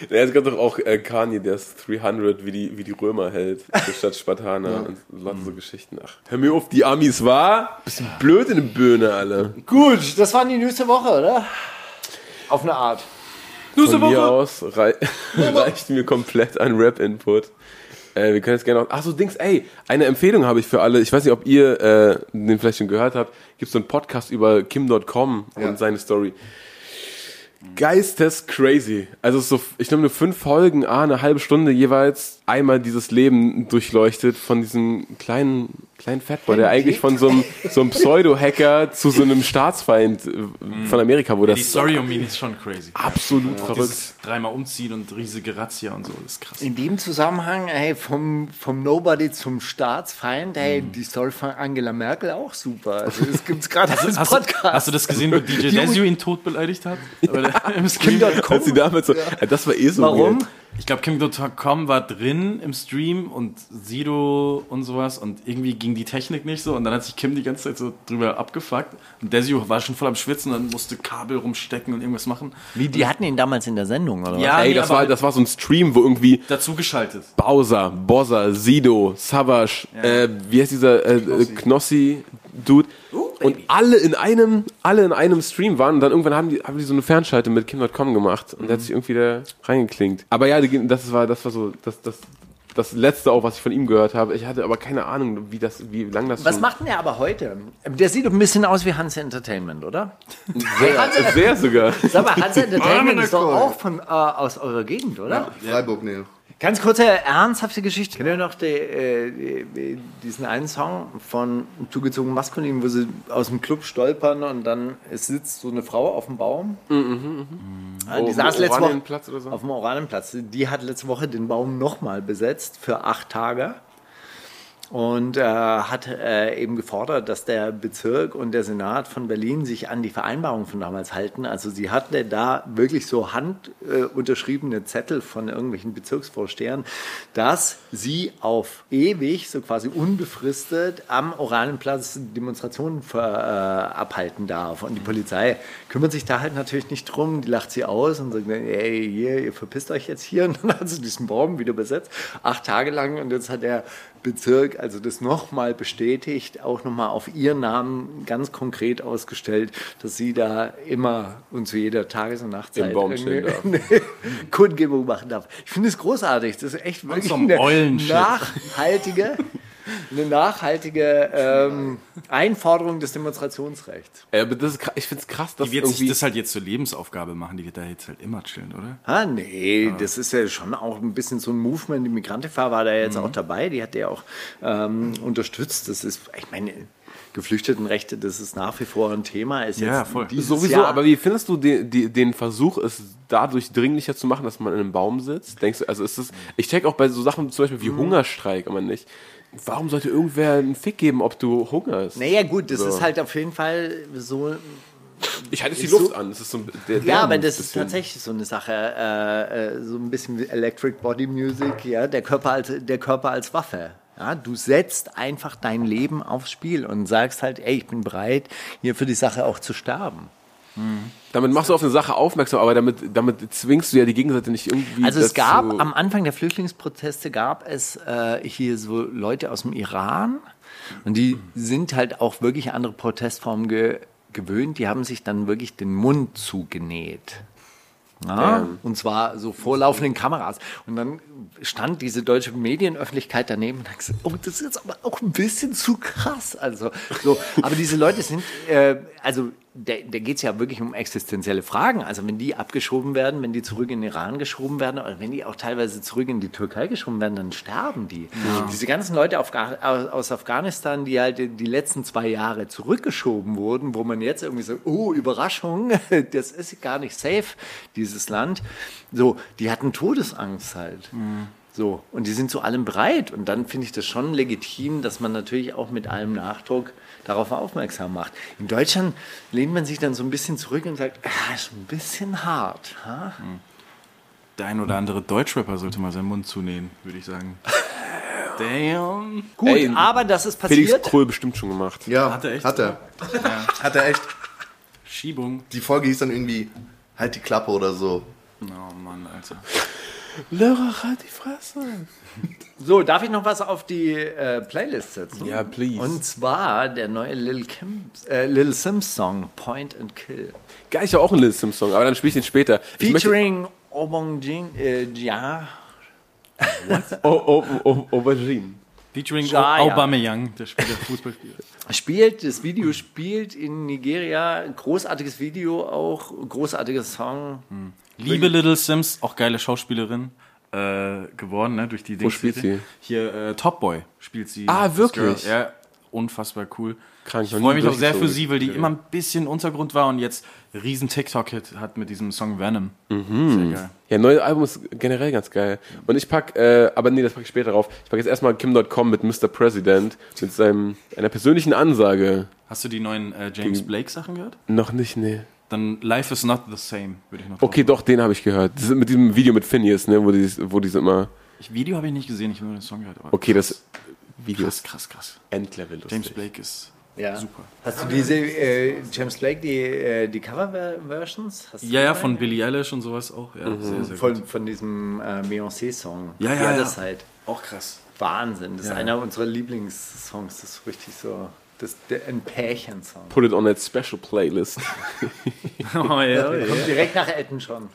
[SPEAKER 4] Ja, es gab doch auch äh, Kanye, der das 300 wie die, wie die Römer hält, für statt Spartaner und lauter so Geschichten. Ach, hör mir auf, die Amis war? Bisschen blöd in den Birne alle.
[SPEAKER 3] gut, das waren die News der Woche, oder? Auf eine Art.
[SPEAKER 4] Von mir aus rei reicht mir komplett an Rap-Input. Äh, wir können jetzt gerne noch. Achso, Dings, ey, eine Empfehlung habe ich für alle. Ich weiß nicht, ob ihr äh, den vielleicht schon gehört habt. Gibt so einen Podcast über Kim.com
[SPEAKER 6] Ja.
[SPEAKER 4] und seine Story. Geistes crazy. Also es ist so, ich glaube, nur fünf Folgen, ah, eine halbe Stunde jeweils einmal dieses Leben durchleuchtet von diesem kleinen, kleinen Fatboy, der eigentlich von so einem, so einem Pseudo-Hacker zu so einem Staatsfeind äh, von Amerika wurde.
[SPEAKER 5] Die
[SPEAKER 4] Das ist
[SPEAKER 5] Story um ihn ist schon crazy.
[SPEAKER 4] absolut Ah, verrückt.
[SPEAKER 5] Dieses dreimal umziehen und riesige Razzia und so, das ist krass.
[SPEAKER 3] In dem Zusammenhang, hey, vom, vom Nobody zum Staatsfeind, hey, die Story von Angela Merkel auch super. Also, das gibt es gerade als
[SPEAKER 5] Hast,
[SPEAKER 3] Podcast.
[SPEAKER 5] du, hast du das gesehen, wie DJ Desu ihn tot beleidigt hat? Aber der- im Stream-
[SPEAKER 4] Als sie damals so, das war eh so
[SPEAKER 3] Warum?
[SPEAKER 4] weird.
[SPEAKER 5] Ich glaube, Kim.com war drin im Stream und Sido und sowas und irgendwie ging die Technik nicht so und dann hat sich Kim die ganze Zeit so drüber abgefuckt und Desio war schon voll am Schwitzen und musste Kabel rumstecken und irgendwas machen.
[SPEAKER 3] Wie, die hatten ihn damals in der Sendung, oder?
[SPEAKER 5] Ja,
[SPEAKER 4] Ey,
[SPEAKER 5] Ah, nee,
[SPEAKER 4] das
[SPEAKER 5] aber
[SPEAKER 4] war, das war so ein Stream, wo irgendwie
[SPEAKER 5] dazu geschaltet.
[SPEAKER 4] Bowser, Bozza, Sido, Savage, äh, wie heißt dieser äh, äh, Knossi-Dude? und alle in einem, alle in einem Stream waren und dann irgendwann haben die, haben die so eine Fernschalte mit Kim.com gemacht und da hat
[SPEAKER 5] Mhm.
[SPEAKER 4] sich irgendwie da reingeklingt. Aber ja, die- das war, das war so, das, das, das letzte auch, was ich von ihm gehört habe. Ich hatte aber keine Ahnung, wie das, wie lang das
[SPEAKER 3] Was
[SPEAKER 4] schon-
[SPEAKER 3] macht denn er aber heute? Der sieht doch ein bisschen aus wie Hans Entertainment, oder?
[SPEAKER 4] sehr, sehr sogar.
[SPEAKER 3] Sag mal, Hans Entertainment ist doch auch von, äh, aus eurer Gegend, oder?
[SPEAKER 6] Freiburg, nee.
[SPEAKER 3] Ganz kurze, ernsthafte Geschichte. Kennt ihr noch die, äh, die, diesen einen Song von Zugezogen Maskulin, wo sie aus dem Club stolpern und dann es sitzt so eine Frau auf dem Baum?
[SPEAKER 4] Mhm,
[SPEAKER 3] Ja, die saß letzte Woche
[SPEAKER 4] Platz oder so.
[SPEAKER 3] auf dem Oranienplatz. Die hat letzte Woche den Baum nochmal besetzt für acht Tage und äh, hat äh, eben gefordert, dass der Bezirk und der Senat von Berlin sich an die Vereinbarung von damals halten. Also sie hatte da wirklich so handunterschriebene äh, unterschriebene Zettel von irgendwelchen Bezirksvorstehern, dass sie auf ewig, so quasi unbefristet, am Oranienplatz Demonstrationen ver, äh, abhalten darf. Und die Polizei kümmert sich da halt natürlich nicht drum, die lacht sie aus und sagt, ey, hier, ihr verpisst euch jetzt hier. Und dann hat sie diesen Baum wieder besetzt, acht Tage lang. Und jetzt hat der Bezirk, also das nochmal bestätigt, auch nochmal auf ihren Namen ganz konkret ausgestellt, dass sie da immer und zu jeder Tages- und Nachtzeit
[SPEAKER 4] Im Baum stehen
[SPEAKER 3] irgendwie eine Kundgebung machen darf. Ich finde es großartig. Das ist echt wirklich
[SPEAKER 5] so einem
[SPEAKER 3] eine
[SPEAKER 5] Eulenshit.
[SPEAKER 3] nachhaltige eine nachhaltige ähm, Einforderung des Demonstrationsrechts.
[SPEAKER 4] Ey, Äh, aber das ist, kr- ich find's krass, dass
[SPEAKER 5] Die wird sich
[SPEAKER 4] irgendwie...
[SPEAKER 5] das halt jetzt zur Lebensaufgabe machen, die wird da jetzt halt immer chillen, oder?
[SPEAKER 3] Ah, nee, das ist ja schon auch ein bisschen so ein Movement. Die Migrantefahr war da jetzt
[SPEAKER 4] Mhm.
[SPEAKER 3] auch dabei, die hat er auch ähm, unterstützt. Das ist, ich meine, Geflüchtetenrechte, das ist nach wie vor ein Thema. Ist
[SPEAKER 5] Ja,
[SPEAKER 3] jetzt
[SPEAKER 5] voll.
[SPEAKER 3] Dieses
[SPEAKER 4] Sowieso,
[SPEAKER 3] Jahr.
[SPEAKER 4] aber wie findest du den, die- den Versuch, es dadurch dringlicher zu machen, dass man in einem Baum sitzt? Denkst du, also ist das, ich check auch bei so Sachen zum
[SPEAKER 3] Mhm.
[SPEAKER 4] Beispiel wie Hungerstreik immer nicht. Warum sollte irgendwer einen Fick geben, ob du hungerst?
[SPEAKER 3] Naja, gut, das
[SPEAKER 4] So.
[SPEAKER 3] ist halt auf jeden Fall so
[SPEAKER 4] Ich halte jetzt die
[SPEAKER 3] Ist so-
[SPEAKER 4] Luft an. Das ist so ein- der, der
[SPEAKER 3] Ja, aber
[SPEAKER 4] Move
[SPEAKER 3] das ist
[SPEAKER 4] bisschen.
[SPEAKER 3] tatsächlich so eine Sache, äh, äh, so ein bisschen wie Electric Body Music, ja, der Körper als, der Körper als Waffe. Ja, du setzt einfach dein Leben aufs Spiel und sagst halt, ey, ich bin bereit, hier für die Sache auch zu sterben.
[SPEAKER 4] Damit machst du auf eine Sache aufmerksam, aber damit, damit zwingst du ja die Gegenseite nicht irgendwie.
[SPEAKER 3] Also es gab
[SPEAKER 4] dazu-
[SPEAKER 3] am Anfang der Flüchtlingsproteste gab es äh, hier so Leute aus dem Iran und die sind halt auch wirklich andere Protestformen ge gewöhnt. Die haben sich dann wirklich den Mund zugenäht. Ja, und zwar so vor laufenden Kameras. Und dann stand diese deutsche Medienöffentlichkeit daneben und hat gesagt, oh, das ist jetzt aber auch ein bisschen zu krass. Also, so. Aber diese Leute sind, äh, also da, da geht es ja wirklich um existenzielle Fragen. Also wenn die abgeschoben werden, wenn die zurück in den Iran geschoben werden oder wenn die auch teilweise zurück in die Türkei geschoben werden, dann sterben die. Diese ganzen Leute auf, Ga- aus, aus Afghanistan, die halt die- die letzten zwei Jahre zurückgeschoben wurden, wo man jetzt irgendwie so, oh, Überraschung, das ist gar nicht safe, dieses Land. So, die hatten Todesangst halt.
[SPEAKER 4] Mhm.
[SPEAKER 3] So, und die sind zu allem bereit. Und dann finde ich das schon legitim, dass man natürlich auch mit allem Nachdruck darauf aufmerksam macht. In Deutschland lehnt man sich dann so ein bisschen zurück und sagt, ah, ist ein bisschen hart. Ha?
[SPEAKER 4] Mhm.
[SPEAKER 5] Der ein oder andere Deutschrapper sollte mal seinen Mund zunähen, würde ich sagen. Damn.
[SPEAKER 3] Gut,
[SPEAKER 4] Ey,
[SPEAKER 3] aber das ist
[SPEAKER 4] Felix
[SPEAKER 3] passiert.
[SPEAKER 4] Kohl bestimmt schon gemacht.
[SPEAKER 6] Ja,
[SPEAKER 5] Hat er echt?
[SPEAKER 6] Hat er. Hat er echt.
[SPEAKER 5] Schiebung.
[SPEAKER 6] Die Folge hieß dann irgendwie Halt die Klappe oder so.
[SPEAKER 5] Oh Mann, Alter.
[SPEAKER 4] Lörrach halt die Fresse.
[SPEAKER 3] So, darf ich noch was auf die äh, Playlist setzen?
[SPEAKER 4] Ja, please.
[SPEAKER 3] Und zwar der neue Lil, Kim, äh, Lil Sims Song, Point and Kill.
[SPEAKER 4] Geil, ich habe auch einen Lil Sims Song, aber dann spiele ich den später. Ich möchte-
[SPEAKER 3] Featuring Obong Jin, äh, ja,
[SPEAKER 4] Oh, oh, oh, Aubergine.
[SPEAKER 5] Featuring
[SPEAKER 3] Ja, ja.
[SPEAKER 5] Aubameyang, der Spieler, Fußballspieler.
[SPEAKER 3] spielt, das Video spielt in Nigeria, großartiges Video auch, großartiges Song.
[SPEAKER 5] Liebe Little Sims, auch geile Schauspielerin äh, geworden, ne? Durch die Wo
[SPEAKER 4] spielt sie?
[SPEAKER 5] Hier äh, Top Boy spielt sie.
[SPEAKER 4] Ah,
[SPEAKER 5] Das
[SPEAKER 4] wirklich?
[SPEAKER 5] Girl. Ja, unfassbar cool.
[SPEAKER 4] Krank,
[SPEAKER 5] ich
[SPEAKER 4] noch nie
[SPEAKER 5] freue mich auch sehr für
[SPEAKER 4] durchgezogen.
[SPEAKER 5] sie, weil die immer ein bisschen Untergrund war und jetzt riesen TikTok-Hit hat mit diesem Song Venom.
[SPEAKER 4] Mhm.
[SPEAKER 5] Sehr geil.
[SPEAKER 4] Ja, neues Album ist generell ganz geil. Und ich pack, äh, aber nee, das pack ich später drauf. Ich pack jetzt erstmal Kim.com mit Mr. President mit seinem einer persönlichen Ansage.
[SPEAKER 5] Hast du die neuen äh, James Blake Sachen gehört?
[SPEAKER 4] Noch nicht, nee.
[SPEAKER 5] Dann Life is not the same, würde ich noch
[SPEAKER 4] Okay, doch, den habe ich gehört. Das ist mit diesem Video mit Phineas, ne, wo die, wo die so immer.
[SPEAKER 5] drauf. Ich, Video habe ich nicht gesehen, ich habe nur den Song gehört. aber
[SPEAKER 4] Okay, das Video
[SPEAKER 5] krass,
[SPEAKER 4] ist
[SPEAKER 5] krass, krass.
[SPEAKER 4] endlevel lustig.
[SPEAKER 5] James Blake ist
[SPEAKER 3] Ja.
[SPEAKER 5] super.
[SPEAKER 3] Hast du diese äh, James Blake, die, äh, die Cover-Versions? Hast du
[SPEAKER 5] Ja, ja,
[SPEAKER 3] die
[SPEAKER 5] von Billie Eilish und sowas auch. Ja,
[SPEAKER 4] Mhm.
[SPEAKER 5] sehr, sehr gut.
[SPEAKER 3] von, von diesem äh, Beyoncé-Song.
[SPEAKER 5] Ja, ja,
[SPEAKER 3] Die
[SPEAKER 5] ja.
[SPEAKER 3] Other Side.
[SPEAKER 5] Auch krass.
[SPEAKER 3] Wahnsinn. Das ist
[SPEAKER 5] Ja.
[SPEAKER 3] einer unserer Lieblingssongs. Das ist richtig so. Das ist der- ein Pärchensong.
[SPEAKER 4] Put it on that special playlist.
[SPEAKER 5] Oh, ja,
[SPEAKER 3] Kommt direkt nach Elton John.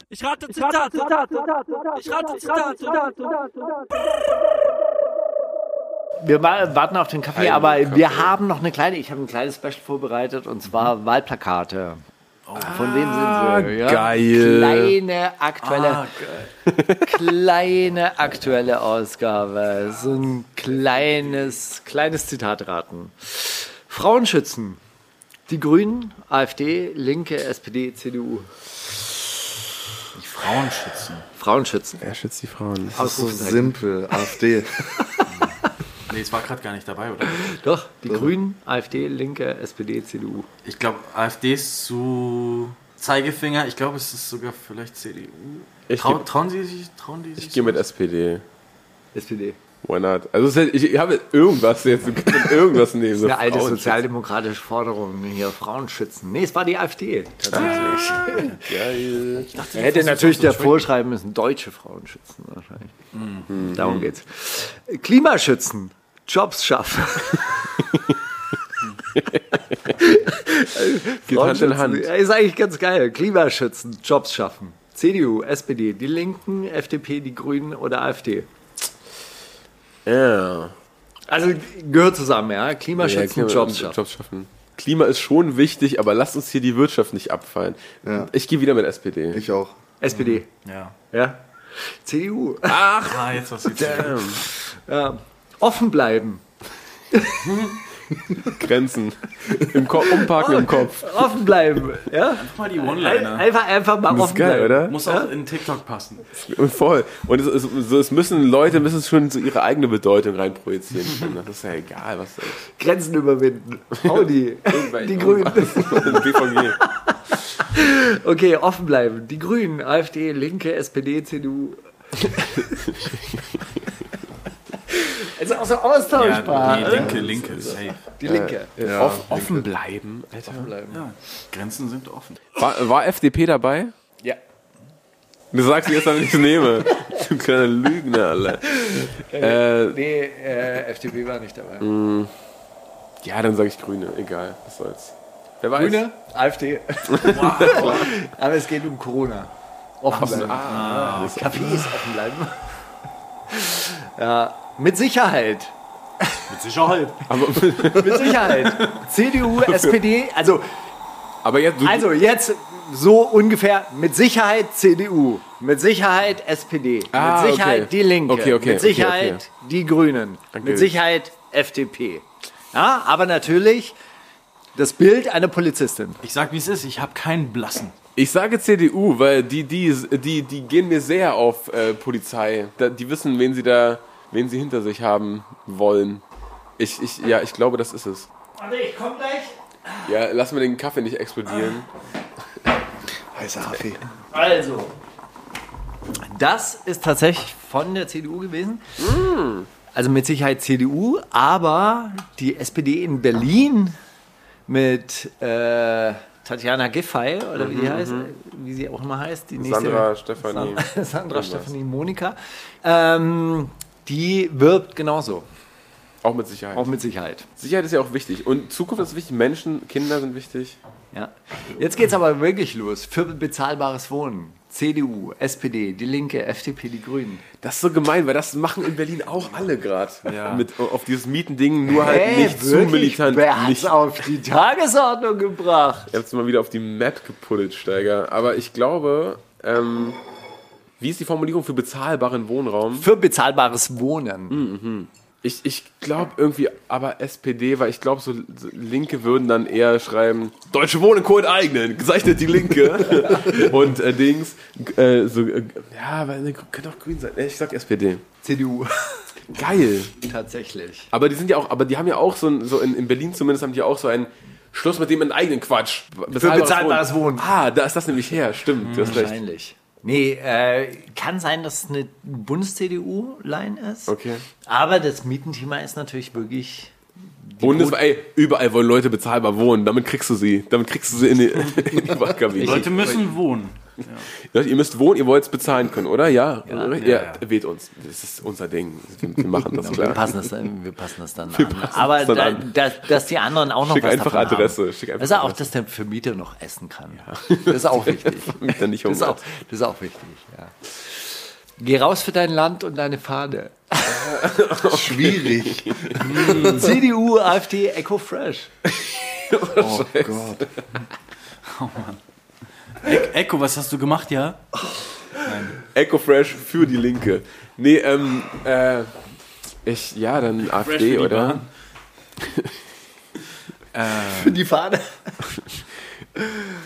[SPEAKER 3] Wir wa- warten auf den Kaffee, aber wir haben noch eine kleine, ich habe ein kleines Special vorbereitet und zwar Wahlplakate. Von wem sind sie? Ja?
[SPEAKER 4] geil.
[SPEAKER 3] Kleine aktuelle, kleine aktuelle Ausgabe. So ein kleines, kleines Zitatraten. Frauen schützen. Die Grünen, AfD, Linke, SPD, CDU.
[SPEAKER 5] Frauen schützen.
[SPEAKER 3] Frauen schützen.
[SPEAKER 4] Er schützt die Frauen.
[SPEAKER 6] So simpel. AfD.
[SPEAKER 5] Nee, es war gerade gar nicht dabei, oder?
[SPEAKER 3] Doch, die Grünen, AfD, Linke, SPD, CDU.
[SPEAKER 5] Ich glaube, AfD ist zu Zeigefinger. Ich glaube, es ist sogar vielleicht CDU.
[SPEAKER 4] Ich
[SPEAKER 5] Trau
[SPEAKER 4] geh-
[SPEAKER 5] trauen Sie sich? Trauen die sich?
[SPEAKER 4] Ich gehe mit
[SPEAKER 5] sowas?
[SPEAKER 4] SPD.
[SPEAKER 3] SPD.
[SPEAKER 4] Why not? Also es ist halt- ich habe irgendwas jetzt, du kannst irgendwas nehmen. So
[SPEAKER 3] Eine alte
[SPEAKER 4] Frauen-
[SPEAKER 3] sozialdemokratische Forderung, hier Frauen schützen. Nee, es war die AfD.
[SPEAKER 4] Geil.
[SPEAKER 3] Er hätte natürlich davor schreiben müssen, deutsche Frauen schützen wahrscheinlich. Mhm. Darum geht's. Klimaschützen, Jobs schaffen.
[SPEAKER 4] Geht Hand in Hand.
[SPEAKER 3] Ja, Ist eigentlich ganz geil. Klimaschützen, Jobs schaffen. CDU, SPD, die Linken, FDP, die Grünen oder AfD.
[SPEAKER 4] Ja.
[SPEAKER 3] Also gehört zusammen, ja. Klimaschutz und Jobs schaffen.
[SPEAKER 4] Jobs schaffen. Klima ist schon wichtig, aber lasst uns hier die Wirtschaft nicht abfallen.
[SPEAKER 6] Ja.
[SPEAKER 4] Ich gehe wieder mit SPD.
[SPEAKER 6] Ich auch.
[SPEAKER 3] SPD.
[SPEAKER 5] Ja.
[SPEAKER 3] Ja. CDU.
[SPEAKER 5] Ah, jetzt was jetzt.
[SPEAKER 3] Ja. Offen bleiben.
[SPEAKER 4] Grenzen. Im Ko Umpacken im Kopf.
[SPEAKER 3] Offen bleiben. Ja?
[SPEAKER 5] mal die
[SPEAKER 3] Ein,
[SPEAKER 5] One-Liner.
[SPEAKER 3] einfach, einfach mal
[SPEAKER 4] Das
[SPEAKER 3] offen
[SPEAKER 4] ist geil,
[SPEAKER 3] bleiben.
[SPEAKER 4] oder?
[SPEAKER 5] Muss auch in TikTok passen.
[SPEAKER 4] Und voll. Und es, es, so, es müssen Leute müssen schon so ihre eigene Bedeutung reinprojizieren können. Das ist ja egal, was das ist.
[SPEAKER 3] Grenzen überwinden. Audi. die um. Grünen.
[SPEAKER 4] BVG.
[SPEAKER 3] Okay, offen bleiben. Die Grünen, AfD, Linke, SPD, CDU. also auch so austauschbar.
[SPEAKER 5] Ja,
[SPEAKER 3] oder?
[SPEAKER 5] die Linke, Linke, safe.
[SPEAKER 3] die Linke.
[SPEAKER 4] Off, offen bleiben, Alter.
[SPEAKER 5] Ja, Grenzen sind offen.
[SPEAKER 4] War, war FDP dabei?
[SPEAKER 3] Ja.
[SPEAKER 4] Du sagst jetzt, dass ich es nehme. Du kleiner Lügner, Alter. Äh,
[SPEAKER 3] Nee, äh, FDP war nicht dabei.
[SPEAKER 4] ja, dann sage ich Grüne. Egal, was soll's. Wer weiß?
[SPEAKER 3] Grüne, AfD. Aber es geht um Corona. Offen bleiben.
[SPEAKER 4] Ah,
[SPEAKER 3] Cafés offen bleiben. ja, mit Sicherheit.
[SPEAKER 5] Mit Sicherheit.
[SPEAKER 4] Aber,
[SPEAKER 3] Mit Sicherheit. CDU, SPD, also,
[SPEAKER 4] aber jetzt, du,
[SPEAKER 3] also jetzt so ungefähr mit Sicherheit CDU, mit Sicherheit SPD,
[SPEAKER 4] Ah, okay.
[SPEAKER 3] mit Sicherheit die Linke,
[SPEAKER 4] Okay, okay,
[SPEAKER 3] mit Sicherheit
[SPEAKER 4] okay,
[SPEAKER 3] die Grünen,
[SPEAKER 4] Danke.
[SPEAKER 3] mit Sicherheit FDP. Ja, aber natürlich das Bild einer Polizistin.
[SPEAKER 5] Ich sag, wie es ist, ich habe keinen blassen.
[SPEAKER 4] Ich sage CDU, weil die, die, die, die gehen mir sehr auf äh, Polizei. Da, die wissen, wen sie da, wen sie hinter sich haben wollen. Ich, ich, ja, ich glaube, das ist es.
[SPEAKER 3] Warte, ich komm gleich.
[SPEAKER 4] Ja, lass mir den Kaffee nicht explodieren.
[SPEAKER 3] Ah,
[SPEAKER 6] Heißer Kaffee.
[SPEAKER 3] Also, das ist tatsächlich von der CDU gewesen. Also mit Sicherheit CDU, aber die SPD in Berlin mit äh, Tatjana Giffey oder wie die heißt, wie sie auch immer heißt, die nächste
[SPEAKER 4] Sandra Stefanie.
[SPEAKER 3] Sandra Stefanie Monika, ähm, die wirbt genauso,
[SPEAKER 4] Auch mit Sicherheit.
[SPEAKER 3] auch mit Sicherheit.
[SPEAKER 4] Sicherheit ist ja auch wichtig. Und Zukunft ist wichtig, Menschen, Kinder sind wichtig.
[SPEAKER 3] Ja. Jetzt geht's aber wirklich los für bezahlbares Wohnen. CDU, SPD, die Linke, FDP, die Grünen.
[SPEAKER 4] Das ist so gemein, weil das machen in Berlin auch alle gerade.
[SPEAKER 5] Ja.
[SPEAKER 4] Mit Auf dieses Mietending, nur halt
[SPEAKER 3] Ey,
[SPEAKER 4] nicht zu
[SPEAKER 3] wirklich?
[SPEAKER 4] militant.
[SPEAKER 3] Wer hat's
[SPEAKER 4] Nicht, ich
[SPEAKER 3] auf die Tagesordnung gebracht?
[SPEAKER 4] hab's mal wieder auf die Map gepuddelt, Steiger. Aber ich glaube, ähm, wie ist die Formulierung für bezahlbaren Wohnraum?
[SPEAKER 3] Für bezahlbares Wohnen.
[SPEAKER 4] Ich, ich glaube irgendwie, aber SPD, weil ich glaube, so, so Linke würden dann eher schreiben, Deutsche Wohnen Co. enteignen, gezeichnet die Linke. Und äh, Dings, äh, so, äh, ja, weil ne, könnte auch grün sein. Äh, Ich sag SPD.
[SPEAKER 3] CDU.
[SPEAKER 4] Geil.
[SPEAKER 3] Tatsächlich.
[SPEAKER 4] Aber die sind ja auch, aber die haben ja auch so, ein, so in, in Berlin zumindest haben die auch so einen Schluss mit dem enteignen Quatsch.
[SPEAKER 3] bezahlbares Wohnen.
[SPEAKER 4] Ah, da ist das nämlich her, stimmt. du
[SPEAKER 3] Hm,
[SPEAKER 4] hast recht.
[SPEAKER 3] Wahrscheinlich. Nee, äh, kann sein, dass es eine Bundes-CDU-Line ist.
[SPEAKER 4] Okay.
[SPEAKER 3] Aber das Mietenthema ist natürlich wirklich.
[SPEAKER 4] Bundes, ey, überall wollen Leute bezahlbar wohnen, damit kriegst du sie. Damit kriegst du sie in die, in die Wackerwege.
[SPEAKER 5] Leute müssen wohnen.
[SPEAKER 4] Leute, ihr müsst wohnen, ihr wollt es bezahlen können, oder? Ja. Ja,
[SPEAKER 5] ja.
[SPEAKER 4] wählt uns. Das ist unser Ding. Wir, wir machen das
[SPEAKER 3] Wir
[SPEAKER 4] klar.
[SPEAKER 3] passen das, dann- wir passen das dann an.
[SPEAKER 4] passen
[SPEAKER 3] Aber
[SPEAKER 4] das dann
[SPEAKER 3] da,
[SPEAKER 4] an.
[SPEAKER 3] Da, dass die anderen auch noch
[SPEAKER 4] Schick
[SPEAKER 3] was
[SPEAKER 4] einfach
[SPEAKER 3] davon
[SPEAKER 4] Adresse,
[SPEAKER 3] Haben.
[SPEAKER 4] schick einfach
[SPEAKER 3] das ist auch,
[SPEAKER 4] Adresse.
[SPEAKER 3] dass der Vermieter noch essen kann. Das ist auch wichtig.
[SPEAKER 4] Dann nicht
[SPEAKER 3] Das ist, auch,
[SPEAKER 4] hungert.
[SPEAKER 3] das ist auch wichtig, ja. Geh raus für dein Land und deine Fahne.
[SPEAKER 6] Schwierig.
[SPEAKER 3] CDU, AfD, Echo Fresh.
[SPEAKER 6] Oh Gott.
[SPEAKER 5] E Eko, was hast du gemacht, ja?
[SPEAKER 4] Ecofresh für die Linke. Nee, ähm, äh, ich, ja, dann
[SPEAKER 5] für die
[SPEAKER 4] AfD, oder?
[SPEAKER 5] Bahn.
[SPEAKER 3] Für die Fahne.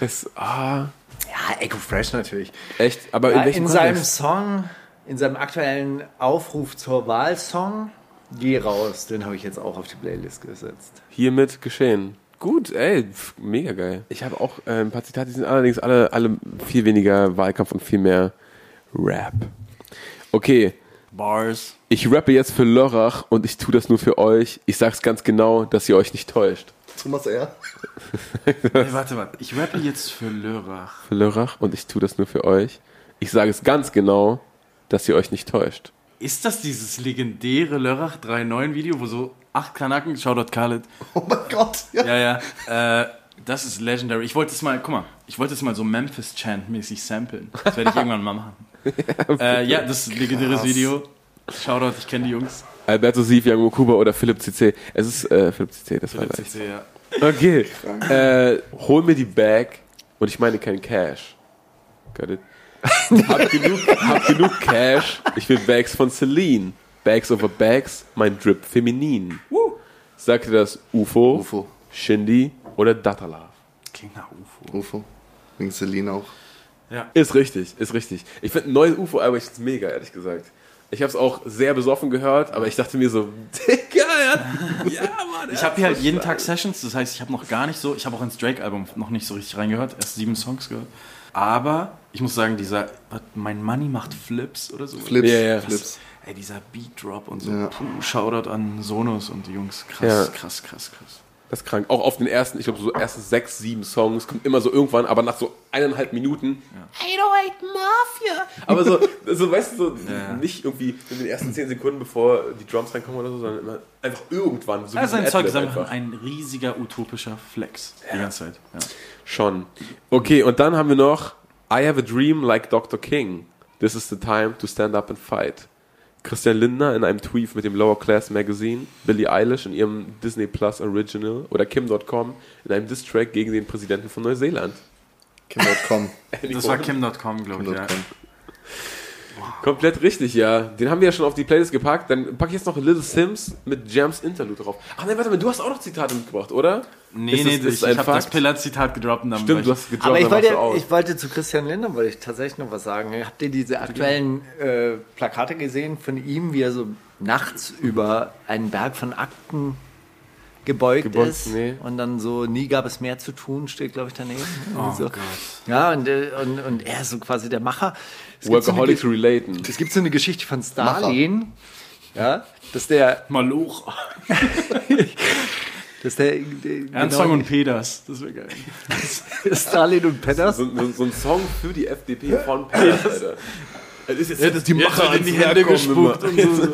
[SPEAKER 4] Das, ah,
[SPEAKER 3] Ja, Echo Fresh natürlich.
[SPEAKER 4] echt, aber in
[SPEAKER 3] In,
[SPEAKER 4] welchem
[SPEAKER 3] seinem
[SPEAKER 4] Kontext?
[SPEAKER 3] Song, in seinem aktuellen Aufruf zur Wahlsong, Geh raus, den habe ich jetzt auch auf die Playlist gesetzt.
[SPEAKER 4] Hiermit geschehen. Gut, ey, pf, mega geil. Ich habe auch äh, ein paar Zitate, die sind allerdings alle, alle viel weniger Wahlkampf und viel mehr Rap. Okay,
[SPEAKER 5] Bars.
[SPEAKER 4] Ich rappe jetzt für Lörrach und ich tue das nur für euch. Ich sag's ganz genau, dass ihr euch nicht täuscht.
[SPEAKER 6] Thomas R.
[SPEAKER 5] Ey, warte, warte. Ich rappe jetzt für Lörrach.
[SPEAKER 4] Für Lörrach und ich tue das nur für euch. Ich sage es ganz genau, dass ihr euch nicht täuscht.
[SPEAKER 5] Ist das dieses legendäre Lörrach 3.9 Video, wo so acht Kanaken, Shoutout Khaled.
[SPEAKER 6] Oh mein Gott. Ja.
[SPEAKER 5] Ja, ja. Äh, das ist legendary. Ich wollte es mal, guck mal, ich wollte es mal so Memphis Chant mäßig samplen. Das werde ich irgendwann mal machen. äh, ja, das ist ein legendäres Video. Shoutout, ich kenne die Jungs.
[SPEAKER 4] Alberto Sief, Yang Mokuba oder Philipp CC. Es ist äh, Philipp CC, das war leicht.
[SPEAKER 5] Ja.
[SPEAKER 4] Okay. Äh, hol mir die Bag und ich meine kein Cash. Got it? hab, genug, hab genug Cash. Ich will Bags von Celine. Bags over Bags, mein Drip feminin. Sagt dir das UFO,
[SPEAKER 6] UFO.
[SPEAKER 4] Shindy oder Datala?
[SPEAKER 5] Klingt nach UFO.
[SPEAKER 6] UFO. Wegen Celine auch.
[SPEAKER 4] Ist richtig, ist richtig. Ich finde ein neues UFO-Album echt mega, ehrlich gesagt. Ich habe es auch sehr besoffen gehört, aber ich dachte mir so, Digga, er hat- ja, Mann.
[SPEAKER 5] Ich habe hier halt jeden Tag Sessions, das heißt, ich habe noch gar nicht so, ich habe auch ins Drake-Album noch nicht so richtig reingehört, erst sieben Songs gehört. Aber ich muss sagen, dieser, was, mein Money macht Flips oder so.
[SPEAKER 6] Flips.
[SPEAKER 4] Ja, ja.
[SPEAKER 6] Flips.
[SPEAKER 5] Ey, dieser Beat Drop und so.
[SPEAKER 6] Ja.
[SPEAKER 5] Puh, Shoutout an Sonos und die Jungs. Krass,
[SPEAKER 4] Ja.
[SPEAKER 5] krass, krass, krass.
[SPEAKER 4] Das ist krank. Auch auf den ersten, ich glaube, so ersten sechs, sieben Songs kommt immer so irgendwann, aber nach so eineinhalb Minuten. I don't hate Mafia. Aber so, so weißt du, so nicht irgendwie in den ersten zehn Sekunden, bevor die Drums reinkommen oder so, sondern immer einfach irgendwann. So wie
[SPEAKER 5] Also
[SPEAKER 4] so
[SPEAKER 5] ein Zeug ist
[SPEAKER 4] Ad-Lib
[SPEAKER 5] einfach ein riesiger utopischer Flex. Die ganze Zeit. Ja.
[SPEAKER 4] Schon. Okay, und dann haben wir noch I have a dream like Dr. King. This is the time to stand up and fight. Christian Lindner in einem Tweet mit dem Lower Class Magazine, Billie Eilish in ihrem Disney Plus Original oder Kim.com in einem Diss-Track gegen den Präsidenten von Neuseeland.
[SPEAKER 6] Kim.com.
[SPEAKER 5] Das war Kim.com, glaube ich. Ja.
[SPEAKER 6] Kim.com.
[SPEAKER 4] Komplett richtig, ja. Den haben wir ja schon auf die Playlist gepackt. Dann packe ich jetzt noch Little Sims mit Jams Interlude drauf. Ach nein, warte mal, du hast auch noch Zitate mitgebracht, oder?
[SPEAKER 5] Nee,
[SPEAKER 4] Ist das-
[SPEAKER 5] nee,
[SPEAKER 4] ist
[SPEAKER 5] ich,
[SPEAKER 4] ein
[SPEAKER 5] ich habe das
[SPEAKER 4] Fakt?
[SPEAKER 5] Pillard-Zitat gedroppt. Und dann war
[SPEAKER 4] Stimmt,
[SPEAKER 5] ich-
[SPEAKER 4] du hast gedroppt,
[SPEAKER 3] Aber ich
[SPEAKER 4] dann warst
[SPEAKER 3] wollte,
[SPEAKER 4] du out.
[SPEAKER 3] ich wollte zu Christian Lindner wollte ich tatsächlich noch was sagen. Habt ihr diese aktuellen äh, Plakate gesehen von ihm, wie er so nachts über einen Berg von Akten gebeugt,
[SPEAKER 4] Gebeugt,
[SPEAKER 3] ist
[SPEAKER 4] nee.
[SPEAKER 3] und dann so nie gab es mehr zu tun steht glaube ich daneben.
[SPEAKER 4] Oh
[SPEAKER 3] Irgendwie so. Ja und, äh, und und er ist so quasi der Macher. Es gibt so eine
[SPEAKER 4] Workaholics
[SPEAKER 3] Ge-
[SPEAKER 4] relaten.
[SPEAKER 3] Es gibt so eine Geschichte von Stalin, ja, dass der,
[SPEAKER 5] Maloch.
[SPEAKER 3] dass der äh,
[SPEAKER 5] Ernstong
[SPEAKER 3] genau,
[SPEAKER 5] und Peters. Das wäre geil.
[SPEAKER 3] Stalin und Petters
[SPEAKER 4] So, so, so ein Song für die FDP von Paris, Alter. Das ist jetzt, die
[SPEAKER 5] Macher
[SPEAKER 4] Macher
[SPEAKER 5] in die Hände gespuckt
[SPEAKER 4] Und so.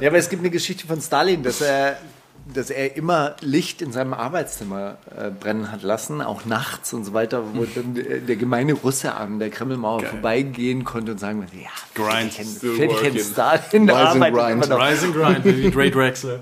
[SPEAKER 3] Ja, aber es gibt eine Geschichte von Stalin, dass er, dass er immer Licht in seinem Arbeitszimmer äh, brennen hat lassen, auch nachts und so weiter,
[SPEAKER 6] Hm.
[SPEAKER 3] wo dann der, der gemeine Russe an der Kremlmauer vorbeigehen konnte und sagen würde, ja,
[SPEAKER 5] Grind,
[SPEAKER 4] still
[SPEAKER 3] fertig, Herr
[SPEAKER 4] working.
[SPEAKER 3] Stalin,
[SPEAKER 6] Rise and
[SPEAKER 3] arbeitet
[SPEAKER 6] grind.
[SPEAKER 3] immer noch.
[SPEAKER 5] Rise and Grind, baby. Dre Drexler.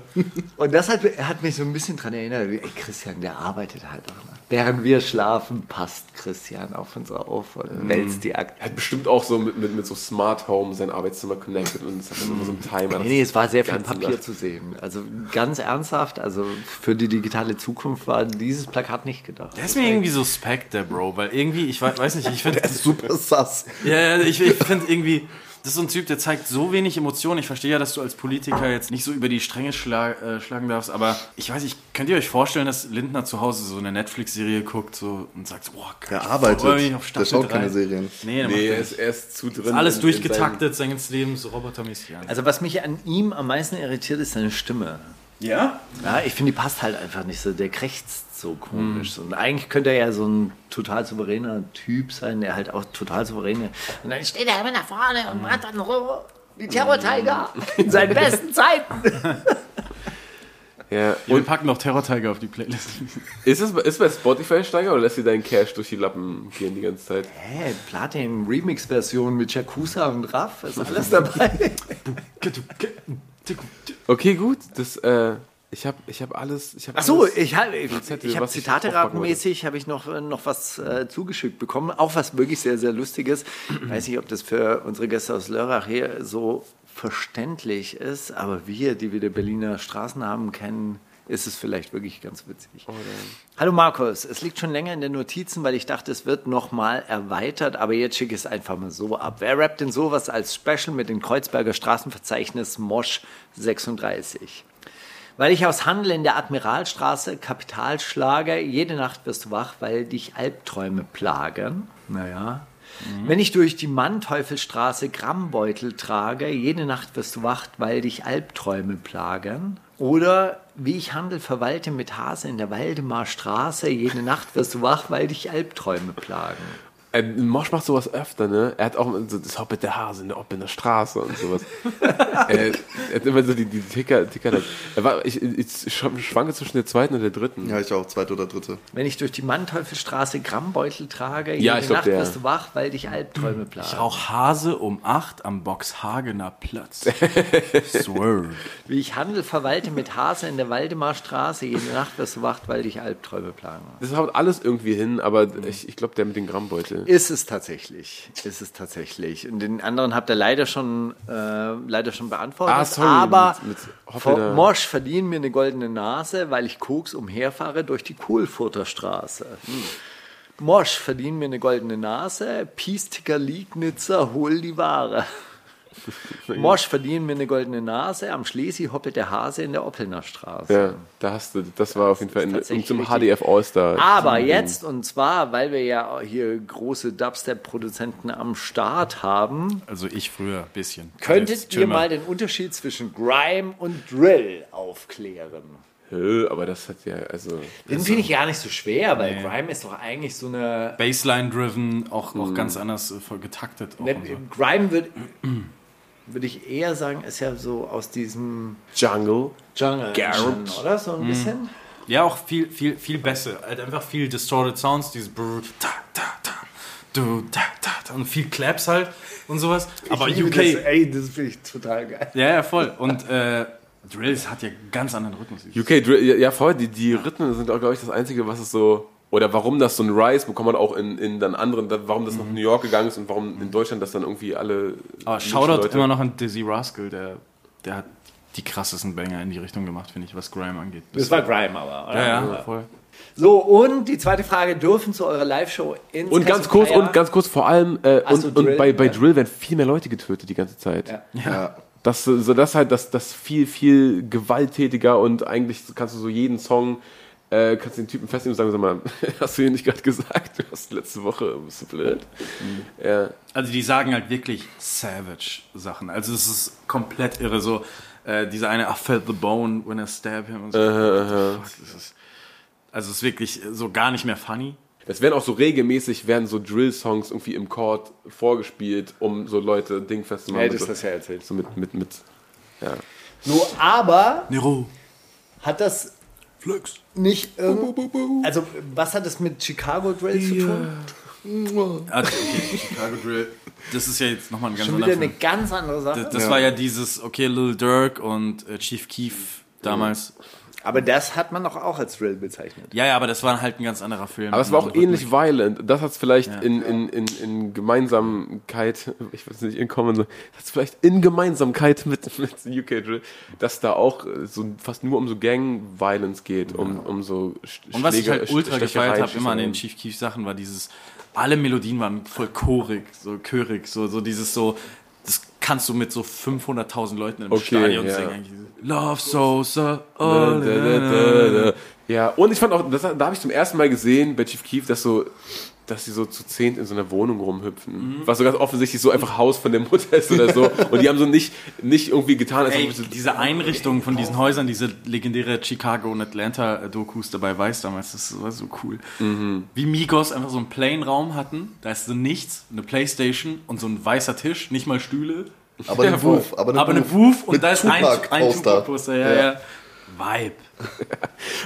[SPEAKER 3] Und das hat, hat mich so ein bisschen dran erinnert, wie, ey, Christian, der arbeitet halt auch noch. Während wir schlafen, passt Christian auf uns auf
[SPEAKER 6] Hm.
[SPEAKER 3] und wälzt die Akten.
[SPEAKER 4] Er hat bestimmt auch so mit, mit, mit so Smart Home sein Arbeitszimmer connected und es hat dann immer so einen Timer.
[SPEAKER 3] Nee, nee, es war sehr viel
[SPEAKER 4] Ganze
[SPEAKER 3] Papier
[SPEAKER 4] Nacht.
[SPEAKER 3] zu sehen. Also ganz ernsthaft, also für die digitale Zukunft war dieses Plakat nicht gedacht.
[SPEAKER 5] Der ist mir irgendwie suspekt, der Bro, weil irgendwie, ich weiß, weiß nicht, ich finde.
[SPEAKER 6] Super sass.
[SPEAKER 5] Ja, ja, ich, ich finde irgendwie, das ist so ein Typ, der zeigt so wenig Emotionen. Ich verstehe ja, dass du als Politiker jetzt nicht so über die Stränge schlag, äh, schlagen darfst, aber ich weiß nicht, könnt ihr euch vorstellen, dass Lindner zu Hause so eine Netflix-Serie guckt so, und sagt, so, boah, geil,
[SPEAKER 6] Der
[SPEAKER 5] ich freue mich
[SPEAKER 6] arbeitet.
[SPEAKER 5] auf
[SPEAKER 6] Der
[SPEAKER 5] Staffel
[SPEAKER 6] schaut keine
[SPEAKER 5] drei."
[SPEAKER 6] Serien.
[SPEAKER 5] Nee, der
[SPEAKER 4] Nee,
[SPEAKER 5] macht
[SPEAKER 4] er
[SPEAKER 5] das.
[SPEAKER 4] ist, er ist zu drin.
[SPEAKER 5] Alles
[SPEAKER 4] in- in
[SPEAKER 5] durchgetaktet, sein ganzes Leben so robotermäßig an.
[SPEAKER 3] Also was mich an ihm am meisten irritiert, ist seine Stimme.
[SPEAKER 5] Ja?
[SPEAKER 3] Ja, ich finde, die passt halt einfach nicht so. Der krächzt so komisch. Und eigentlich könnte er ja so ein total souveräner Typ sein, der halt auch total souveräne. Und dann steht er immer nach vorne und macht dann so die Terror-Tiger Mhm. in seinen besten Zeiten.
[SPEAKER 4] seinen- Ja.
[SPEAKER 5] Wir
[SPEAKER 4] Und
[SPEAKER 5] packen noch Terror Tiger auf die Playlist.
[SPEAKER 4] ist es ist bei Spotify steiger oder lässt sie deinen Cash durch die Lappen gehen die ganze Zeit?
[SPEAKER 3] Hä, Platin Remix-Version mit Jacuzza und Raff, ist alles dabei.
[SPEAKER 4] Okay, gut. Das, äh, ich habe ich hab alles. Ich hab
[SPEAKER 3] Ach so,
[SPEAKER 4] alles-
[SPEAKER 3] ich habe ich,
[SPEAKER 4] Zettel,
[SPEAKER 3] ich hab
[SPEAKER 4] was ich
[SPEAKER 3] Zitate
[SPEAKER 4] draufpacken wollte.
[SPEAKER 3] ratenmäßig habe ich noch, äh, noch was äh, zugeschickt bekommen, auch was wirklich sehr sehr lustiges. Ich weiß nicht, ob das für unsere Gäste aus Lörrach hier so verständlich ist, aber wir, die wir den Berliner Straßennamen kennen, ist es vielleicht wirklich ganz
[SPEAKER 4] Oh,
[SPEAKER 3] witzig. Hallo Markus, es liegt schon länger in den Notizen, weil ich dachte, es wird nochmal erweitert, aber jetzt schicke ich es einfach mal so ab. Wer rappt denn sowas als Special mit dem Kreuzberger Straßenverzeichnis Mosch 36? Weil ich aus Handel in der Admiralstraße Kapital schlage, jede Nacht wirst du wach, weil dich Albträume plagen. Naja.
[SPEAKER 4] Mhm.
[SPEAKER 3] Wenn ich durch die Mannteufelstraße Grammbeutel trage, jede Nacht wirst du wach, weil dich Albträume plagen. Oder wie ich Handel verwalte mit Hase in der Waldemarstraße, jede Nacht wirst du wach, weil dich Albträume plagen.
[SPEAKER 4] Ähm, Mosch macht sowas öfter, ne? Er hat auch so das Hopp der Hase, ne? Ob in der Straße und sowas. er, er hat immer so die, die Ticker, Ticker. Er war, ich, ich sch- schwanke zwischen der zweiten und der dritten.
[SPEAKER 6] Ja, ich auch, zweite oder dritte.
[SPEAKER 3] Wenn ich durch die Manteuffelstraße Grammbeutel trage,
[SPEAKER 4] Ja,
[SPEAKER 3] jede
[SPEAKER 4] ich glaub,
[SPEAKER 3] Nacht
[SPEAKER 4] der-
[SPEAKER 3] wirst du wach, weil dich Albträume plagen.
[SPEAKER 5] Rauch Hase um 8 am Boxhagener Platz. Swerve.
[SPEAKER 3] Wie ich Handel verwalte mit Hase in der Waldemarstraße, jede Nacht wirst du wach, weil dich Albträume plagen.
[SPEAKER 4] Das haut alles irgendwie hin, aber ich, ich glaube, der mit dem Grammbeutel.
[SPEAKER 3] Ist es tatsächlich. Ist es tatsächlich. Und den anderen habt ihr leider schon, äh, leider schon beantwortet.
[SPEAKER 4] Ah, sorry,
[SPEAKER 3] Aber
[SPEAKER 4] mit- äh, mit Hoffner.
[SPEAKER 3] von Mosch verdienen mir eine goldene Nase, weil ich Koks umherfahre durch die Kohlfurter Straße. Mosch verdienen mir eine goldene Nase. Piestiger Liegnitzer, hol die Ware. Mosch verdienen mir eine goldene Nase. Am Schlesi hoppelt der Hase in der Oppelner Straße.
[SPEAKER 4] Ja, da hast du, das war auf jeden Fall in, in
[SPEAKER 3] tatsächlich
[SPEAKER 4] zum
[SPEAKER 3] richtig. Ah.
[SPEAKER 4] HDF All-Star.
[SPEAKER 3] Aber jetzt, und zwar, weil wir ja hier große Dubstep-Produzenten am Start haben,
[SPEAKER 5] Also ich früher, bisschen. Jetzt
[SPEAKER 3] könntet
[SPEAKER 5] chill
[SPEAKER 3] ihr mal den Unterschied zwischen Grime und Drill aufklären.
[SPEAKER 4] Hö, Äh, aber das hat ja, also.
[SPEAKER 3] Den finde ich gar nicht so schwer, weil Grime ist doch eigentlich so eine.
[SPEAKER 5] Baseline-driven, auch,
[SPEAKER 4] Hm.
[SPEAKER 5] auch ganz anders äh, voll getaktet. Auch und so.
[SPEAKER 3] Grime würde würd ich eher sagen, ist ja so aus diesem
[SPEAKER 4] Jungle. Mm.
[SPEAKER 3] Jungle, entstanden, oder? So ein bisschen.
[SPEAKER 5] Ja, auch viel, viel, viel besser. Halt einfach viel distorted Sounds, dieses brrr, ta, ta, ta, du, ta, ta, ta, und viel Claps halt und sowas.
[SPEAKER 4] Oh,
[SPEAKER 5] Aber
[SPEAKER 3] Ich liebe
[SPEAKER 5] UK.
[SPEAKER 3] Das, ey, das finde ich total geil.
[SPEAKER 5] Ja, ja, voll. Und äh, Drills hat ja ganz anderen Rhythmus.
[SPEAKER 4] UK Drill, ja, ja voll, die, die Rhythmen sind auch, glaube ich, das Einzige, was es so. Oder warum das so ein Rise bekommt man auch in, in dann anderen, dann, warum das nach New York gegangen ist und warum in Deutschland das dann irgendwie alle.
[SPEAKER 5] Aber Shoutout
[SPEAKER 4] Leute-
[SPEAKER 5] immer noch an Dizzy Rascal, der, der hat die krassesten Banger in die Richtung gemacht, finde ich, was Grime angeht.
[SPEAKER 3] Das war Grime aber, oder?
[SPEAKER 5] ja, ja, voll.
[SPEAKER 3] So, und die zweite Frage, dürfen zu eurer Live-Show ins
[SPEAKER 4] Und ganz
[SPEAKER 3] Castle
[SPEAKER 4] kurz,
[SPEAKER 3] Fire?
[SPEAKER 4] und ganz kurz vor allem, äh,
[SPEAKER 3] Ach so,
[SPEAKER 4] und, und
[SPEAKER 3] Drill,
[SPEAKER 4] bei, bei
[SPEAKER 3] ja.
[SPEAKER 4] Drill werden viel mehr Leute getötet die ganze Zeit.
[SPEAKER 3] Ja.
[SPEAKER 6] Ja.
[SPEAKER 4] Das, so das halt, das, das viel, viel gewalttätiger und eigentlich kannst du so jeden Song, äh, kannst du den Typen festnehmen und sagen, sag mal, hast du hier nicht gerade gesagt, du hast letzte Woche, bist du blöd? Ja.
[SPEAKER 5] Also die sagen halt wirklich savage Sachen. Also es ist komplett irre. So äh, dieser eine, I felt the bone when I stab him. Und
[SPEAKER 4] Äh,
[SPEAKER 3] Äh.
[SPEAKER 5] so. What the fuck, das ist, also es ist wirklich so gar nicht mehr funny.
[SPEAKER 4] Es werden auch so regelmäßig, werden so Drill-Songs irgendwie im Chord vorgespielt, um so Leute dingfest zu machen.
[SPEAKER 3] Hättest
[SPEAKER 4] so,
[SPEAKER 3] das ja erzählt.
[SPEAKER 4] So mit, mit, mit.
[SPEAKER 3] So, aber
[SPEAKER 5] Nero,
[SPEAKER 3] hat das
[SPEAKER 5] Flex.
[SPEAKER 3] nicht irgend... Also, was hat das mit Chicago Drill zu tun?
[SPEAKER 5] Also, okay, Chicago Drill. Das ist ja jetzt nochmal ein ganz
[SPEAKER 3] Schon wieder
[SPEAKER 5] anderer
[SPEAKER 3] eine
[SPEAKER 5] Film.
[SPEAKER 3] ganz andere Sache.
[SPEAKER 5] Das, das war ja dieses, okay, Lil Durk und äh, Chief Keef damals.
[SPEAKER 3] aber das hat man doch auch als Drill bezeichnet.
[SPEAKER 5] Ja, ja, aber das war halt ein ganz anderer Film.
[SPEAKER 4] Aber es war auch
[SPEAKER 5] Andere
[SPEAKER 4] ähnlich
[SPEAKER 5] Rhythmik.
[SPEAKER 4] violent. Das hat es vielleicht in, in, in, in Gemeinsamkeit, ich weiß nicht, in Common, das hat's vielleicht in Gemeinsamkeit mit, mit UK Drill, dass da auch äh, so fast nur um so Gang-Violence geht, um, um so Sch-
[SPEAKER 5] Und was ich
[SPEAKER 4] Schläger-
[SPEAKER 5] halt ultra
[SPEAKER 4] Stechereien,
[SPEAKER 5] gefeiert habe, immer an den
[SPEAKER 4] Schießereien.
[SPEAKER 5] Chief Keef Sachen, war dieses, alle Melodien waren voll chorig, so chorig, so, so dieses so, das kannst du mit so 500.000 Leuten im
[SPEAKER 4] Okay,
[SPEAKER 5] Stadion
[SPEAKER 4] ja.
[SPEAKER 5] singen. eigentlich. Love Sosa, oh,
[SPEAKER 4] Da, da, da,
[SPEAKER 5] da, da,
[SPEAKER 4] da. Ja, und ich fand auch, das, da habe ich zum ersten Mal gesehen bei Chief Keef, dass so, dass sie so zu zehnt in so einer Wohnung rumhüpfen.
[SPEAKER 5] Mhm.
[SPEAKER 4] Was so ganz offensichtlich so einfach Haus von der Mutter ist oder so. Und die haben so nicht, nicht irgendwie getan, als
[SPEAKER 5] Ey,
[SPEAKER 4] ob sie-
[SPEAKER 5] diese Einrichtung von diesen Häusern, diese legendäre Chicago und Atlanta Dokus dabei weiß damals, das war so cool. Wie Migos einfach so einen plain Raum hatten, da ist so nichts, eine Playstation und so ein weißer Tisch, nicht mal Stühle,
[SPEAKER 6] Aber eine Woof.
[SPEAKER 5] aber, eine Woof und da ist ein, ein Tupac-Poster, ja, ja. Vibe.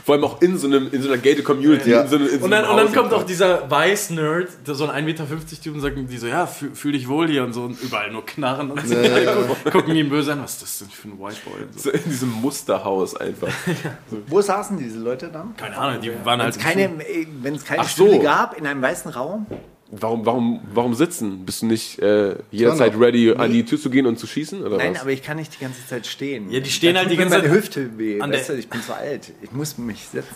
[SPEAKER 4] vor allem auch in so, einem, in so einer gated Community.
[SPEAKER 6] Ja.
[SPEAKER 4] In so einem, in so
[SPEAKER 5] Und dann,
[SPEAKER 4] einem
[SPEAKER 5] und dann
[SPEAKER 4] Haus.
[SPEAKER 5] kommt auch dieser Weiß-Nerd, der so ein 1,50 Meter Typ und sagt die so, ja, fühl, fühl dich wohl hier und so und überall nur Knarren und so. Gucken- gucken ihn böse an, was ist das denn für ein White Boy? Und
[SPEAKER 4] So
[SPEAKER 5] so.
[SPEAKER 4] in diesem Musterhaus einfach.
[SPEAKER 3] Wo saßen diese Leute dann?
[SPEAKER 5] Keine Ahnung, die
[SPEAKER 3] Wenn
[SPEAKER 5] waren
[SPEAKER 3] es
[SPEAKER 5] halt
[SPEAKER 3] keine, wenn es keine
[SPEAKER 4] Ach so.
[SPEAKER 3] Stühle gab, in einem weißen Raum?
[SPEAKER 4] Warum, warum, warum sitzen? Bist du nicht äh, jederzeit ready, an die Tür zu gehen und zu schießen? Oder
[SPEAKER 3] Nein,
[SPEAKER 4] was?
[SPEAKER 3] aber ich kann nicht die ganze Zeit stehen.
[SPEAKER 5] Ja, die stehen
[SPEAKER 3] Da
[SPEAKER 5] halt
[SPEAKER 3] tut
[SPEAKER 5] die
[SPEAKER 3] mir
[SPEAKER 5] ganze
[SPEAKER 3] meine
[SPEAKER 5] Zeit-
[SPEAKER 3] Hüfte weh.
[SPEAKER 5] an
[SPEAKER 3] Weißt
[SPEAKER 5] der-
[SPEAKER 3] du, ich bin zu alt. Ich muss mich setzen.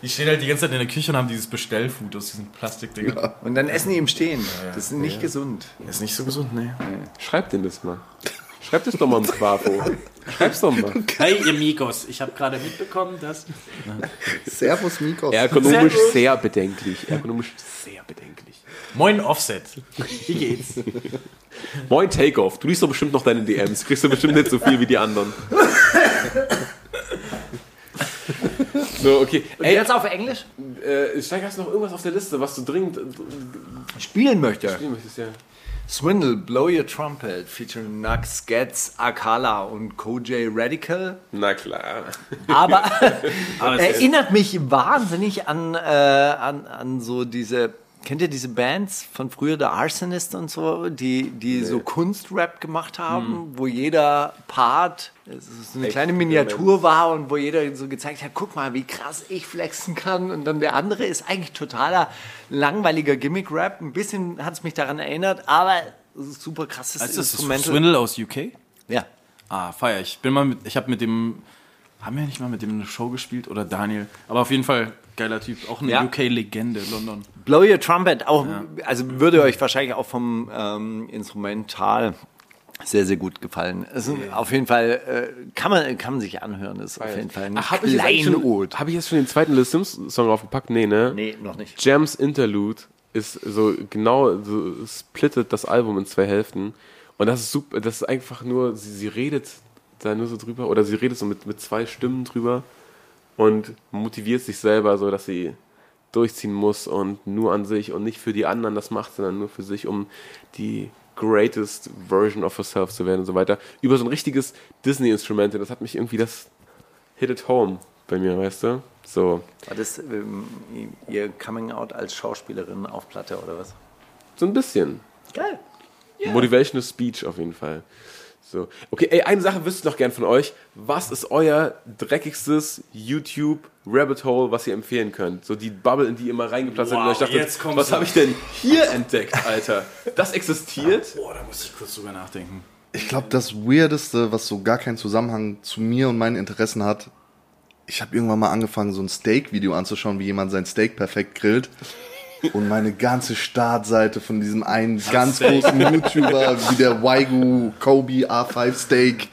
[SPEAKER 5] Die stehen halt die ganze Zeit in der Küche und haben dieses Bestellfood aus diesen Plastikdingern.
[SPEAKER 3] Und dann essen die im Stehen. Das ist nicht gesund.
[SPEAKER 5] Ist nicht so gesund, ne?
[SPEAKER 4] Schreib denn das mal. Schreib das doch mal im Quapo. Schreib's doch mal.
[SPEAKER 5] Hey, ihr Migos, ich habe gerade mitbekommen, dass...
[SPEAKER 6] Servus, Mikos.
[SPEAKER 4] Ergonomisch sehr bedenklich. Ergonomisch sehr bedenklich.
[SPEAKER 5] Moin Offset, wie geht's?
[SPEAKER 4] Moin Takeoff. Du liest doch bestimmt noch deine DMs. Kriegst du bestimmt nicht so viel wie die anderen. So, okay. Ey,
[SPEAKER 3] Jetzt auf Englisch?
[SPEAKER 4] äh, Steiger, hast du noch irgendwas auf der Liste, was du dringend äh,
[SPEAKER 3] Spielen möchte.
[SPEAKER 4] spielen möchtest? Ja.
[SPEAKER 3] Swindle, Blow Your Trumpet, featuring Nux, Getz, Akala und Kojay Radical.
[SPEAKER 4] Na klar.
[SPEAKER 3] Aber
[SPEAKER 5] Aber es ist,
[SPEAKER 3] erinnert mich wahnsinnig an, äh, an, an so diese. Kennt ihr diese Bands von früher, der Arsonist und so, die, die so Kunstrap gemacht haben, wo jeder Part es ist so eine kleine Miniatur war und wo jeder so gezeigt hat, guck mal, wie krass ich flexen kann. Und dann der andere ist eigentlich totaler langweiliger Gimmick-Rap. Ein bisschen hat es mich daran erinnert, aber es ist super krasses
[SPEAKER 5] Also ist das
[SPEAKER 3] Instrumental.
[SPEAKER 5] Swindle aus UK?
[SPEAKER 3] Ja.
[SPEAKER 5] Ah, feier. Ich bin mal mit, ich habe mit dem, haben wir nicht mal mit dem eine Show gespielt oder Daniel? Aber auf jeden Fall geiler Typ, auch eine
[SPEAKER 3] Ja.
[SPEAKER 5] UK-Legende, London.
[SPEAKER 3] Blow Your Trumpet, auch, also würde euch wahrscheinlich auch vom ähm, Instrumental sehr, sehr gut gefallen. Es ist Auf jeden Fall äh, kann, man, kann man sich anhören, ist auf jeden Fall ne? ein
[SPEAKER 4] Ach, hab ich, jetzt eigentlich schon,
[SPEAKER 3] Kleinod.
[SPEAKER 4] hab ich jetzt schon den zweiten Little Sims Song draufgepackt? Nee, ne?
[SPEAKER 3] Nee, noch nicht.
[SPEAKER 4] Jams Interlude ist so genau, so splittet das Album in zwei Hälften. Und das ist super, das ist einfach nur, sie, sie redet da nur so drüber, oder sie redet so mit, mit zwei Stimmen drüber und motiviert sich selber so, dass sie durchziehen muss und nur an sich und nicht für die anderen das macht, sondern nur für sich, um die greatest version of herself zu werden und so weiter. Über so ein richtiges Disney-Instrument, das hat mich irgendwie das hit it home bei mir, weißt du? So,
[SPEAKER 3] War das ähm, Ihr Coming Out als Schauspielerin auf Platte oder was?
[SPEAKER 4] so ein bisschen.
[SPEAKER 3] Geil.
[SPEAKER 4] Motivational Speech auf jeden Fall. So. Okay, ey, eine Sache wüsste ich noch gern von euch. Was ist euer dreckigstes YouTube Rabbit Hole, was ihr empfehlen könnt? So die Bubble, in die ihr immer reingeplatzt seid. und
[SPEAKER 5] Wow,
[SPEAKER 4] euch dachtet,
[SPEAKER 5] jetzt kommst
[SPEAKER 4] was
[SPEAKER 5] du.
[SPEAKER 4] habe ich denn hier entdeckt, Alter? Das existiert?
[SPEAKER 5] Boah, da muss ich kurz drüber nachdenken.
[SPEAKER 6] Ich glaube, das Weirdeste, was so gar keinen Zusammenhang zu mir und meinen Interessen hat, ich habe irgendwann mal angefangen, so ein Steak-Video anzuschauen, wie jemand sein Steak perfekt grillt. Und meine ganze Startseite von diesem einen ganz
[SPEAKER 5] Steak.
[SPEAKER 6] großen YouTuber, wie der Waigu Kobe A5 Steak.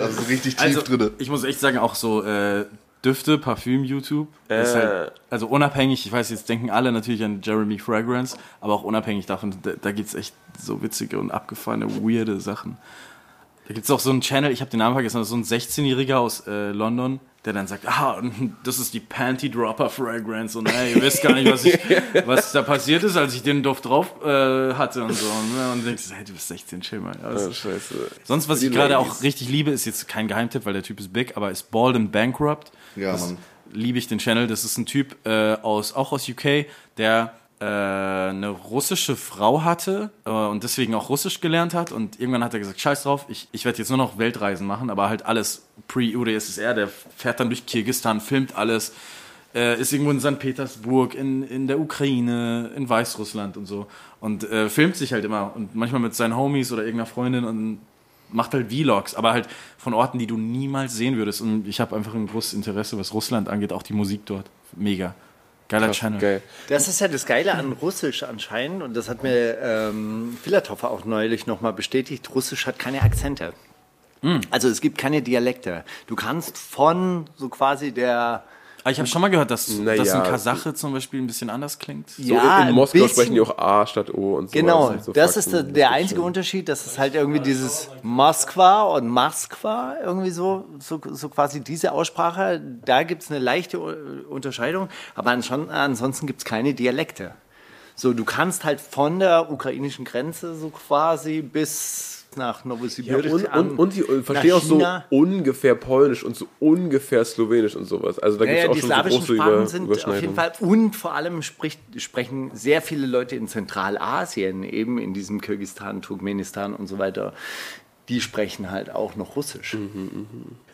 [SPEAKER 6] also richtig tief
[SPEAKER 5] Also,
[SPEAKER 6] drinne.
[SPEAKER 5] ich muss echt sagen, auch so äh, Düfte, Parfüm, YouTube. Ist halt, also unabhängig, ich weiß, jetzt denken alle natürlich an Jeremy Fragrance, aber auch unabhängig davon, da, da gibt es echt so witzige und abgefahrene, weirde Sachen. Da gibt es auch so einen Channel, ich habe den Namen vergessen, aber so ein 16-Jähriger aus äh, London, der dann sagt, ah, und das ist die Panty Dropper Fragrance und ey, ihr wisst gar nicht, was, ich, was da passiert ist, als ich den Duft drauf äh, hatte und so. Und, ne? und denkst, hey, du bist 16, chill mal. Also,
[SPEAKER 4] Scheiße.
[SPEAKER 5] Sonst, was ich gerade auch richtig liebe, ist jetzt kein Geheimtipp, weil der Typ ist big, aber ist Bald and Bankrupt.
[SPEAKER 6] Ja,
[SPEAKER 5] das
[SPEAKER 6] Mann.
[SPEAKER 5] liebe ich den Channel. Das ist ein Typ äh, aus, auch aus UK, der äh, eine russische Frau hatte äh, und deswegen auch Russisch gelernt hat. Und irgendwann hat er gesagt, scheiß drauf, ich, ich werde jetzt nur noch Weltreisen machen, aber halt alles pre-UdSSR. Der fährt dann durch Kirgistan, filmt alles, äh, ist irgendwo in St. Petersburg, in, in der Ukraine, in Weißrussland und so. Und äh, filmt sich halt immer und manchmal mit seinen Homies oder irgendeiner Freundin und macht halt Vlogs, aber halt von Orten, die du niemals sehen würdest. Und ich habe einfach ein großes Interesse, was Russland angeht, auch die Musik dort. Mega. Geiler Channel.
[SPEAKER 4] Geil.
[SPEAKER 3] Das ist ja das Geile an Russisch anscheinend und das hat mir ähm, Filatov auch neulich nochmal bestätigt. Russisch hat keine Akzente. Also es gibt keine Dialekte. Du kannst von so quasi der
[SPEAKER 5] Aber Ah, ich habe schon mal gehört, dass,
[SPEAKER 4] Na
[SPEAKER 5] dass
[SPEAKER 4] ja.
[SPEAKER 5] ein Kasache zum Beispiel ein bisschen anders klingt.
[SPEAKER 4] So, in, in
[SPEAKER 3] ein
[SPEAKER 4] Moskau
[SPEAKER 3] bisschen-
[SPEAKER 4] sprechen die auch A statt O und so.
[SPEAKER 3] Genau,
[SPEAKER 4] sind so
[SPEAKER 3] das ist der,
[SPEAKER 4] Fakten.
[SPEAKER 3] der einzige
[SPEAKER 4] schon-
[SPEAKER 3] Unterschied, dass es halt irgendwie dieses Moskwa und Moskwa irgendwie so, so, so quasi diese Aussprache, da gibt es eine leichte U- Unterscheidung, aber anschon- ansonsten gibt es keine Dialekte. So, du kannst halt von der ukrainischen Grenze so quasi bis nach
[SPEAKER 4] Ja,
[SPEAKER 3] Novosibirsk
[SPEAKER 4] und,
[SPEAKER 3] an.
[SPEAKER 4] und, und die und verstehe
[SPEAKER 3] nach
[SPEAKER 4] auch so
[SPEAKER 3] China.
[SPEAKER 4] ungefähr Polnisch und so ungefähr Slowenisch und sowas. Also da
[SPEAKER 3] Ja,
[SPEAKER 4] gibt es
[SPEAKER 3] ja,
[SPEAKER 4] auch
[SPEAKER 3] die
[SPEAKER 4] schon
[SPEAKER 3] slawischen
[SPEAKER 4] so große
[SPEAKER 3] Sprachen
[SPEAKER 4] Über,
[SPEAKER 3] sind auf jeden
[SPEAKER 4] Überschneidungen.
[SPEAKER 3] Fall und vor allem spricht, sprechen sehr viele Leute in Zentralasien, eben in diesem Kirgistan, Turkmenistan und so weiter, die sprechen halt auch noch Russisch.
[SPEAKER 4] Mhm.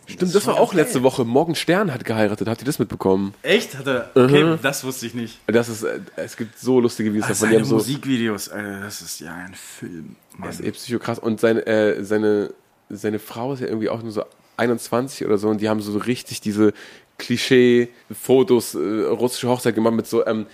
[SPEAKER 4] Stimmt, das war auch letzte Woche. Morgen Stern hat geheiratet. Habt ihr das mitbekommen?
[SPEAKER 5] Echt? Hat
[SPEAKER 4] Mhm.
[SPEAKER 5] er? Okay, das wusste ich nicht.
[SPEAKER 4] Das ist, äh, es gibt so lustige Videos
[SPEAKER 5] Das
[SPEAKER 4] davon. Die haben
[SPEAKER 5] sind
[SPEAKER 4] so,
[SPEAKER 5] Musikvideos, Alter, das ist ja ein Film. Mann.
[SPEAKER 4] das ist eh psychokrass. Und sein, äh, seine, seine Frau ist ja irgendwie auch nur so 21 oder so und die haben so richtig diese Klischee-Fotos, äh, russische Hochzeit gemacht mit so, ähm,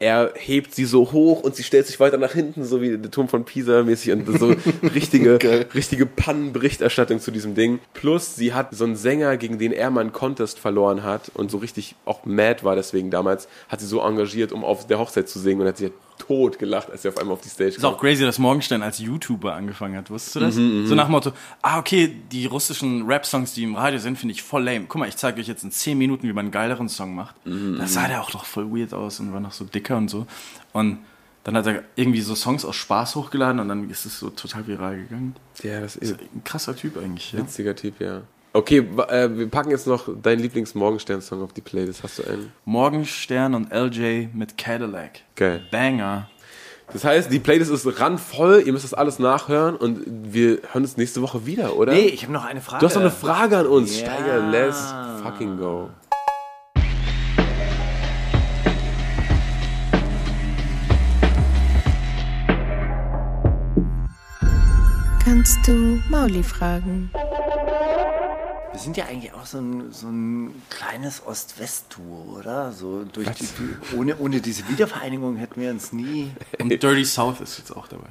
[SPEAKER 4] er hebt sie so hoch und sie stellt sich weiter nach hinten, so wie der Turm von Pisa mäßig und so richtige, richtige Pannenberichterstattung zu diesem Ding. Plus, sie hat so einen Sänger, gegen den er mal einen Contest verloren hat und so richtig auch mad war deswegen damals, hat sie so engagiert, um auf der Hochzeit zu singen und hat sie tot gelacht, als er auf einmal auf die Stage
[SPEAKER 5] Ist auch crazy, dass Morgenstern als YouTuber angefangen hat. Wusstest du das?
[SPEAKER 4] Mhm,
[SPEAKER 5] so nach dem Motto, ah, okay, die russischen Rap-Songs, die im Radio sind, finde ich voll lame. Guck mal, ich zeige euch jetzt in 10 Minuten, wie man einen geileren Song macht.
[SPEAKER 4] Mhm,
[SPEAKER 5] Da sah der auch noch voll weird aus und war noch so dicker und so. Und dann hat er irgendwie so Songs aus Spaß hochgeladen und dann ist es so total viral gegangen.
[SPEAKER 4] Ja, das ist
[SPEAKER 5] Ein krasser Typ eigentlich, ja.
[SPEAKER 4] ein witziger Typ, ja. Okay, wa- äh, wir packen jetzt noch deinen Lieblings-Morgenstern-Song auf die Playlist. Hast du einen?
[SPEAKER 5] Morgenstern und LJ mit Cadillac.
[SPEAKER 4] Geil.
[SPEAKER 5] Banger.
[SPEAKER 4] Das heißt, die Playlist ist randvoll, ihr müsst das alles nachhören und wir hören uns nächste Woche wieder, oder?
[SPEAKER 3] Nee, ich habe noch eine Frage.
[SPEAKER 4] Du hast doch eine Frage an uns. Steiger, let's fucking go.
[SPEAKER 8] Kannst du Mauli fragen?
[SPEAKER 3] Wir sind ja eigentlich auch so ein, so ein kleines Ost-West-Duo, oder? So durch die, die- ohne, ohne diese Wiedervereinigung hätten wir uns nie.
[SPEAKER 5] Und Dirty South ist jetzt auch dabei.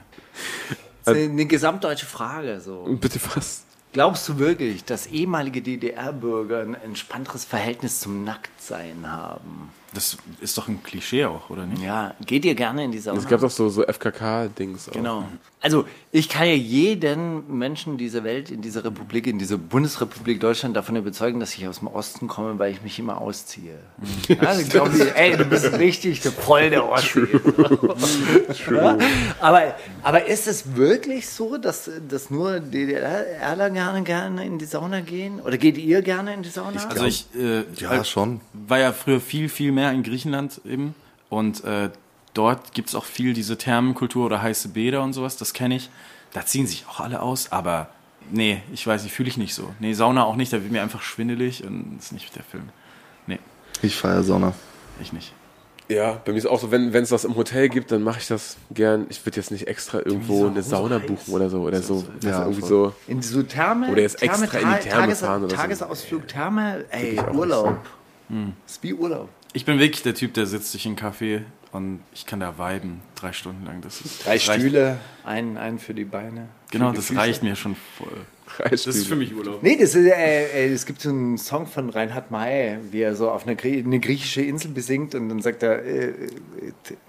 [SPEAKER 3] Das ist eine, eine gesamtdeutsche Frage. So.
[SPEAKER 4] Bitte was?
[SPEAKER 3] Glaubst du wirklich, dass ehemalige DDR-Bürger ein entspannteres Verhältnis zum Nacktsein haben?
[SPEAKER 5] Das ist doch ein Klischee auch, oder nicht?
[SPEAKER 3] Ja, geht dir gerne in dieser
[SPEAKER 4] Es gab doch so, so FKK-Dings.
[SPEAKER 3] Genau. Also ich kann ja jeden Menschen dieser Welt, in dieser Republik, in dieser Bundesrepublik Deutschland davon überzeugen, dass ich aus dem Osten komme, weil ich mich immer ausziehe. Ja, dann glauben die, ey, du bist richtig der voll der Ossi. Ja? Aber, aber ist es wirklich so, dass, dass nur DDRler gerne, gerne in die Sauna gehen? Oder geht ihr gerne in die Sauna?
[SPEAKER 5] Also ich, äh,
[SPEAKER 6] Ja, schon.
[SPEAKER 5] war ja früher viel, viel mehr in Griechenland eben. Und äh, dort gibt es auch viel diese Thermenkultur oder heiße Bäder und sowas, das kenne ich. Da ziehen sich auch alle aus, aber nee, ich weiß nicht, fühle ich nicht so. Nee, Sauna auch nicht, da wird mir einfach schwindelig und ist nicht der Film. Nee,
[SPEAKER 6] Ich feiere Sauna.
[SPEAKER 5] ich nicht.
[SPEAKER 4] Ja, bei mir ist auch so, wenn es das im Hotel gibt, dann mache ich das gern. Ich würde jetzt nicht extra irgendwo eine Sauna buchen oder so. Oder so. Das ist
[SPEAKER 6] Ja,
[SPEAKER 4] irgendwie
[SPEAKER 6] voll.
[SPEAKER 4] so.
[SPEAKER 3] in so Therme.
[SPEAKER 4] Oder jetzt
[SPEAKER 3] Therme,
[SPEAKER 4] extra in die
[SPEAKER 3] Ta-
[SPEAKER 4] Therme
[SPEAKER 3] Tages-
[SPEAKER 4] fahren oder so.
[SPEAKER 3] Tagesausflug, Therme, ey,
[SPEAKER 4] auch
[SPEAKER 3] Urlaub. Hm. Ist wie Urlaub.
[SPEAKER 5] Ich bin wirklich der Typ, der sitzt sich in einen Café und ich kann da viben, drei Stunden lang. Das ist,
[SPEAKER 3] Drei
[SPEAKER 5] reicht-
[SPEAKER 3] Stühle. Einen, einen für die Beine.
[SPEAKER 5] Genau, das reicht mir schon voll.
[SPEAKER 4] Das
[SPEAKER 5] mich Urlaub.
[SPEAKER 3] Nee, das ist, äh, äh, es gibt so einen Song von Reinhard May, wie er so auf eine, Grie eine griechische Insel besingt und dann sagt er, äh, äh,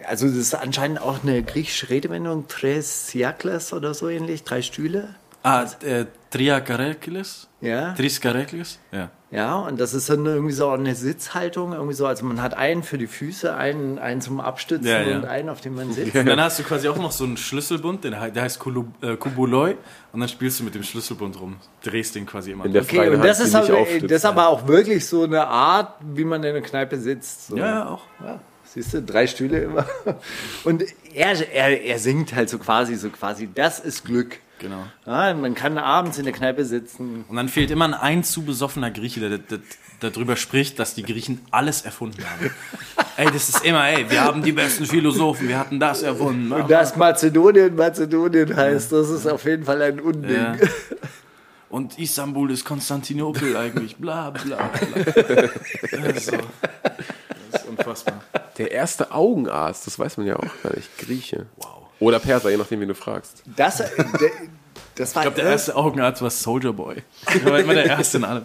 [SPEAKER 3] also das ist anscheinend auch eine griechische Redewendung, Tres Siakles oder so ähnlich, drei Stühle.
[SPEAKER 5] Ah, äh, Tria Karekles?
[SPEAKER 3] Ja.
[SPEAKER 5] Tris Karekles? Ja.
[SPEAKER 3] Ja, und das ist dann irgendwie so eine Sitzhaltung, irgendwie so, also man hat einen für die Füße, einen, einen zum Abstützen
[SPEAKER 5] Ja, ja.
[SPEAKER 3] und einen, auf dem man sitzt.
[SPEAKER 5] Und dann hast du quasi auch noch so einen Schlüsselbund, den, der heißt Kulu- äh, Kubuloi, und dann spielst du mit dem Schlüsselbund rum, drehst den quasi immer.
[SPEAKER 4] In der
[SPEAKER 3] Okay, und
[SPEAKER 4] Hand,
[SPEAKER 3] das
[SPEAKER 4] die
[SPEAKER 3] ist,
[SPEAKER 4] nicht
[SPEAKER 3] aber,
[SPEAKER 4] aufstützt.
[SPEAKER 3] das ist aber auch wirklich so eine Art, wie man in der Kneipe sitzt. So.
[SPEAKER 5] ja, ja, auch.
[SPEAKER 3] Ja, siehst du, drei Stühle immer. Und er, er, er singt halt so quasi, so quasi, das ist Glück.
[SPEAKER 5] Genau.
[SPEAKER 3] Ja, man kann abends in der Kneipe sitzen.
[SPEAKER 5] Und dann fehlt immer ein ein zu besoffener Grieche, der, der, der darüber spricht, dass die Griechen alles erfunden haben. ey, das ist immer, ey, wir haben die besten Philosophen, wir hatten das erfunden.
[SPEAKER 3] Und das Mazedonien, Mazedonien heißt, das ist auf jeden Fall ein Unding.
[SPEAKER 5] Ja. Und Istanbul ist Konstantinopel eigentlich, bla bla bla. Das ist, so. das ist unfassbar.
[SPEAKER 4] Der erste Augenarzt, das weiß man ja auch gar nicht. Grieche. Wow. Oder Perser, je nachdem, wen du fragst.
[SPEAKER 3] Das, äh, de- das, war
[SPEAKER 5] Ich glaube, der erste Augenarzt war Soldier Boy. Der war immer der erste in allem.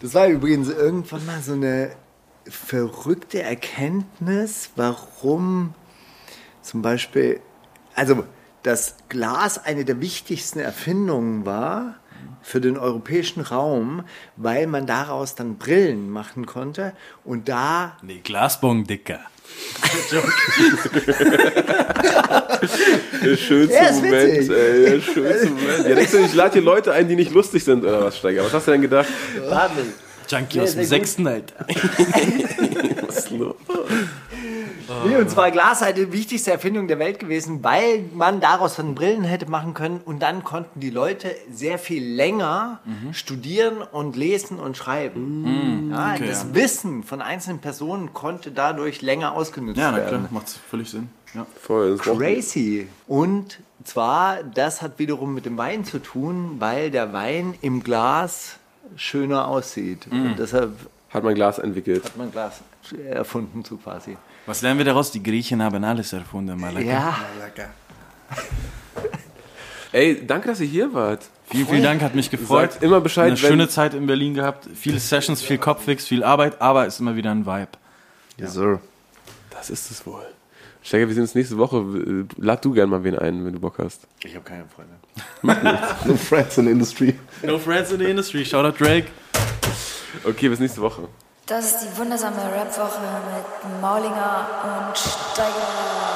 [SPEAKER 3] das war übrigens irgendwann mal so eine verrückte Erkenntnis, warum zum Beispiel, also das Glas eine der wichtigsten Erfindungen war für den europäischen Raum, weil man daraus dann Brillen machen konnte und da
[SPEAKER 5] Nee, Glasbong Dicker.
[SPEAKER 4] Der schönste
[SPEAKER 3] Ja, ist
[SPEAKER 4] Moment,
[SPEAKER 3] witzig.
[SPEAKER 4] ey. Der schönste Moment. Ja, denkst du, ich lade hier Leute ein, die nicht lustig sind oder was, Steiger? Was hast du denn gedacht?
[SPEAKER 3] Warte.
[SPEAKER 5] Junkie aus
[SPEAKER 3] sehr
[SPEAKER 5] dem
[SPEAKER 3] gut.
[SPEAKER 5] sechsten, Alter.
[SPEAKER 4] Was ist los?
[SPEAKER 3] Nee, und zwar Glas halt die wichtigste Erfindung der Welt gewesen, weil man daraus dann Brillen hätte machen können und dann konnten die Leute sehr viel länger studieren und lesen und schreiben. ja,
[SPEAKER 5] Mm. okay,
[SPEAKER 3] das
[SPEAKER 5] ja.
[SPEAKER 3] Wissen von einzelnen Personen konnte dadurch länger ausgenutzt
[SPEAKER 5] Ja, na
[SPEAKER 3] werden.
[SPEAKER 5] klar, macht völlig Sinn. Ja.
[SPEAKER 4] Voll, das braucht-
[SPEAKER 3] Crazy. Und zwar, das hat wiederum mit dem Wein zu tun, weil der Wein im Glas schöner aussieht.
[SPEAKER 5] Mm.
[SPEAKER 3] Und deshalb
[SPEAKER 4] hat mein Glas entwickelt.
[SPEAKER 3] hat man Glas erfunden zu quasi.
[SPEAKER 5] Was lernen wir daraus? Die Griechen haben alles erfunden, Malaka.
[SPEAKER 3] Ja.
[SPEAKER 4] Ey, danke, dass ihr hier wart.
[SPEAKER 5] Vielen, vielen Dank, hat mich gefreut.
[SPEAKER 4] Sagt immer Bescheid,
[SPEAKER 5] Eine
[SPEAKER 4] wenn-
[SPEAKER 5] schöne Zeit in Berlin gehabt. Viele Sessions, viel Kopfwix, viel Arbeit, aber ist immer wieder ein Vibe.
[SPEAKER 6] Yes, sir.
[SPEAKER 4] Das ist es wohl. Steiger, wir sehen uns nächste Woche. Äh, Lad du gern mal wen ein, wenn du Bock hast.
[SPEAKER 5] Ich habe keine Freunde.
[SPEAKER 6] No friends in industry.
[SPEAKER 5] No friends in the industry. Shoutout Drake.
[SPEAKER 4] Okay, bis nächste Woche.
[SPEAKER 9] Das ist die wundersame Rap-Woche mit Maulinger und Steiger.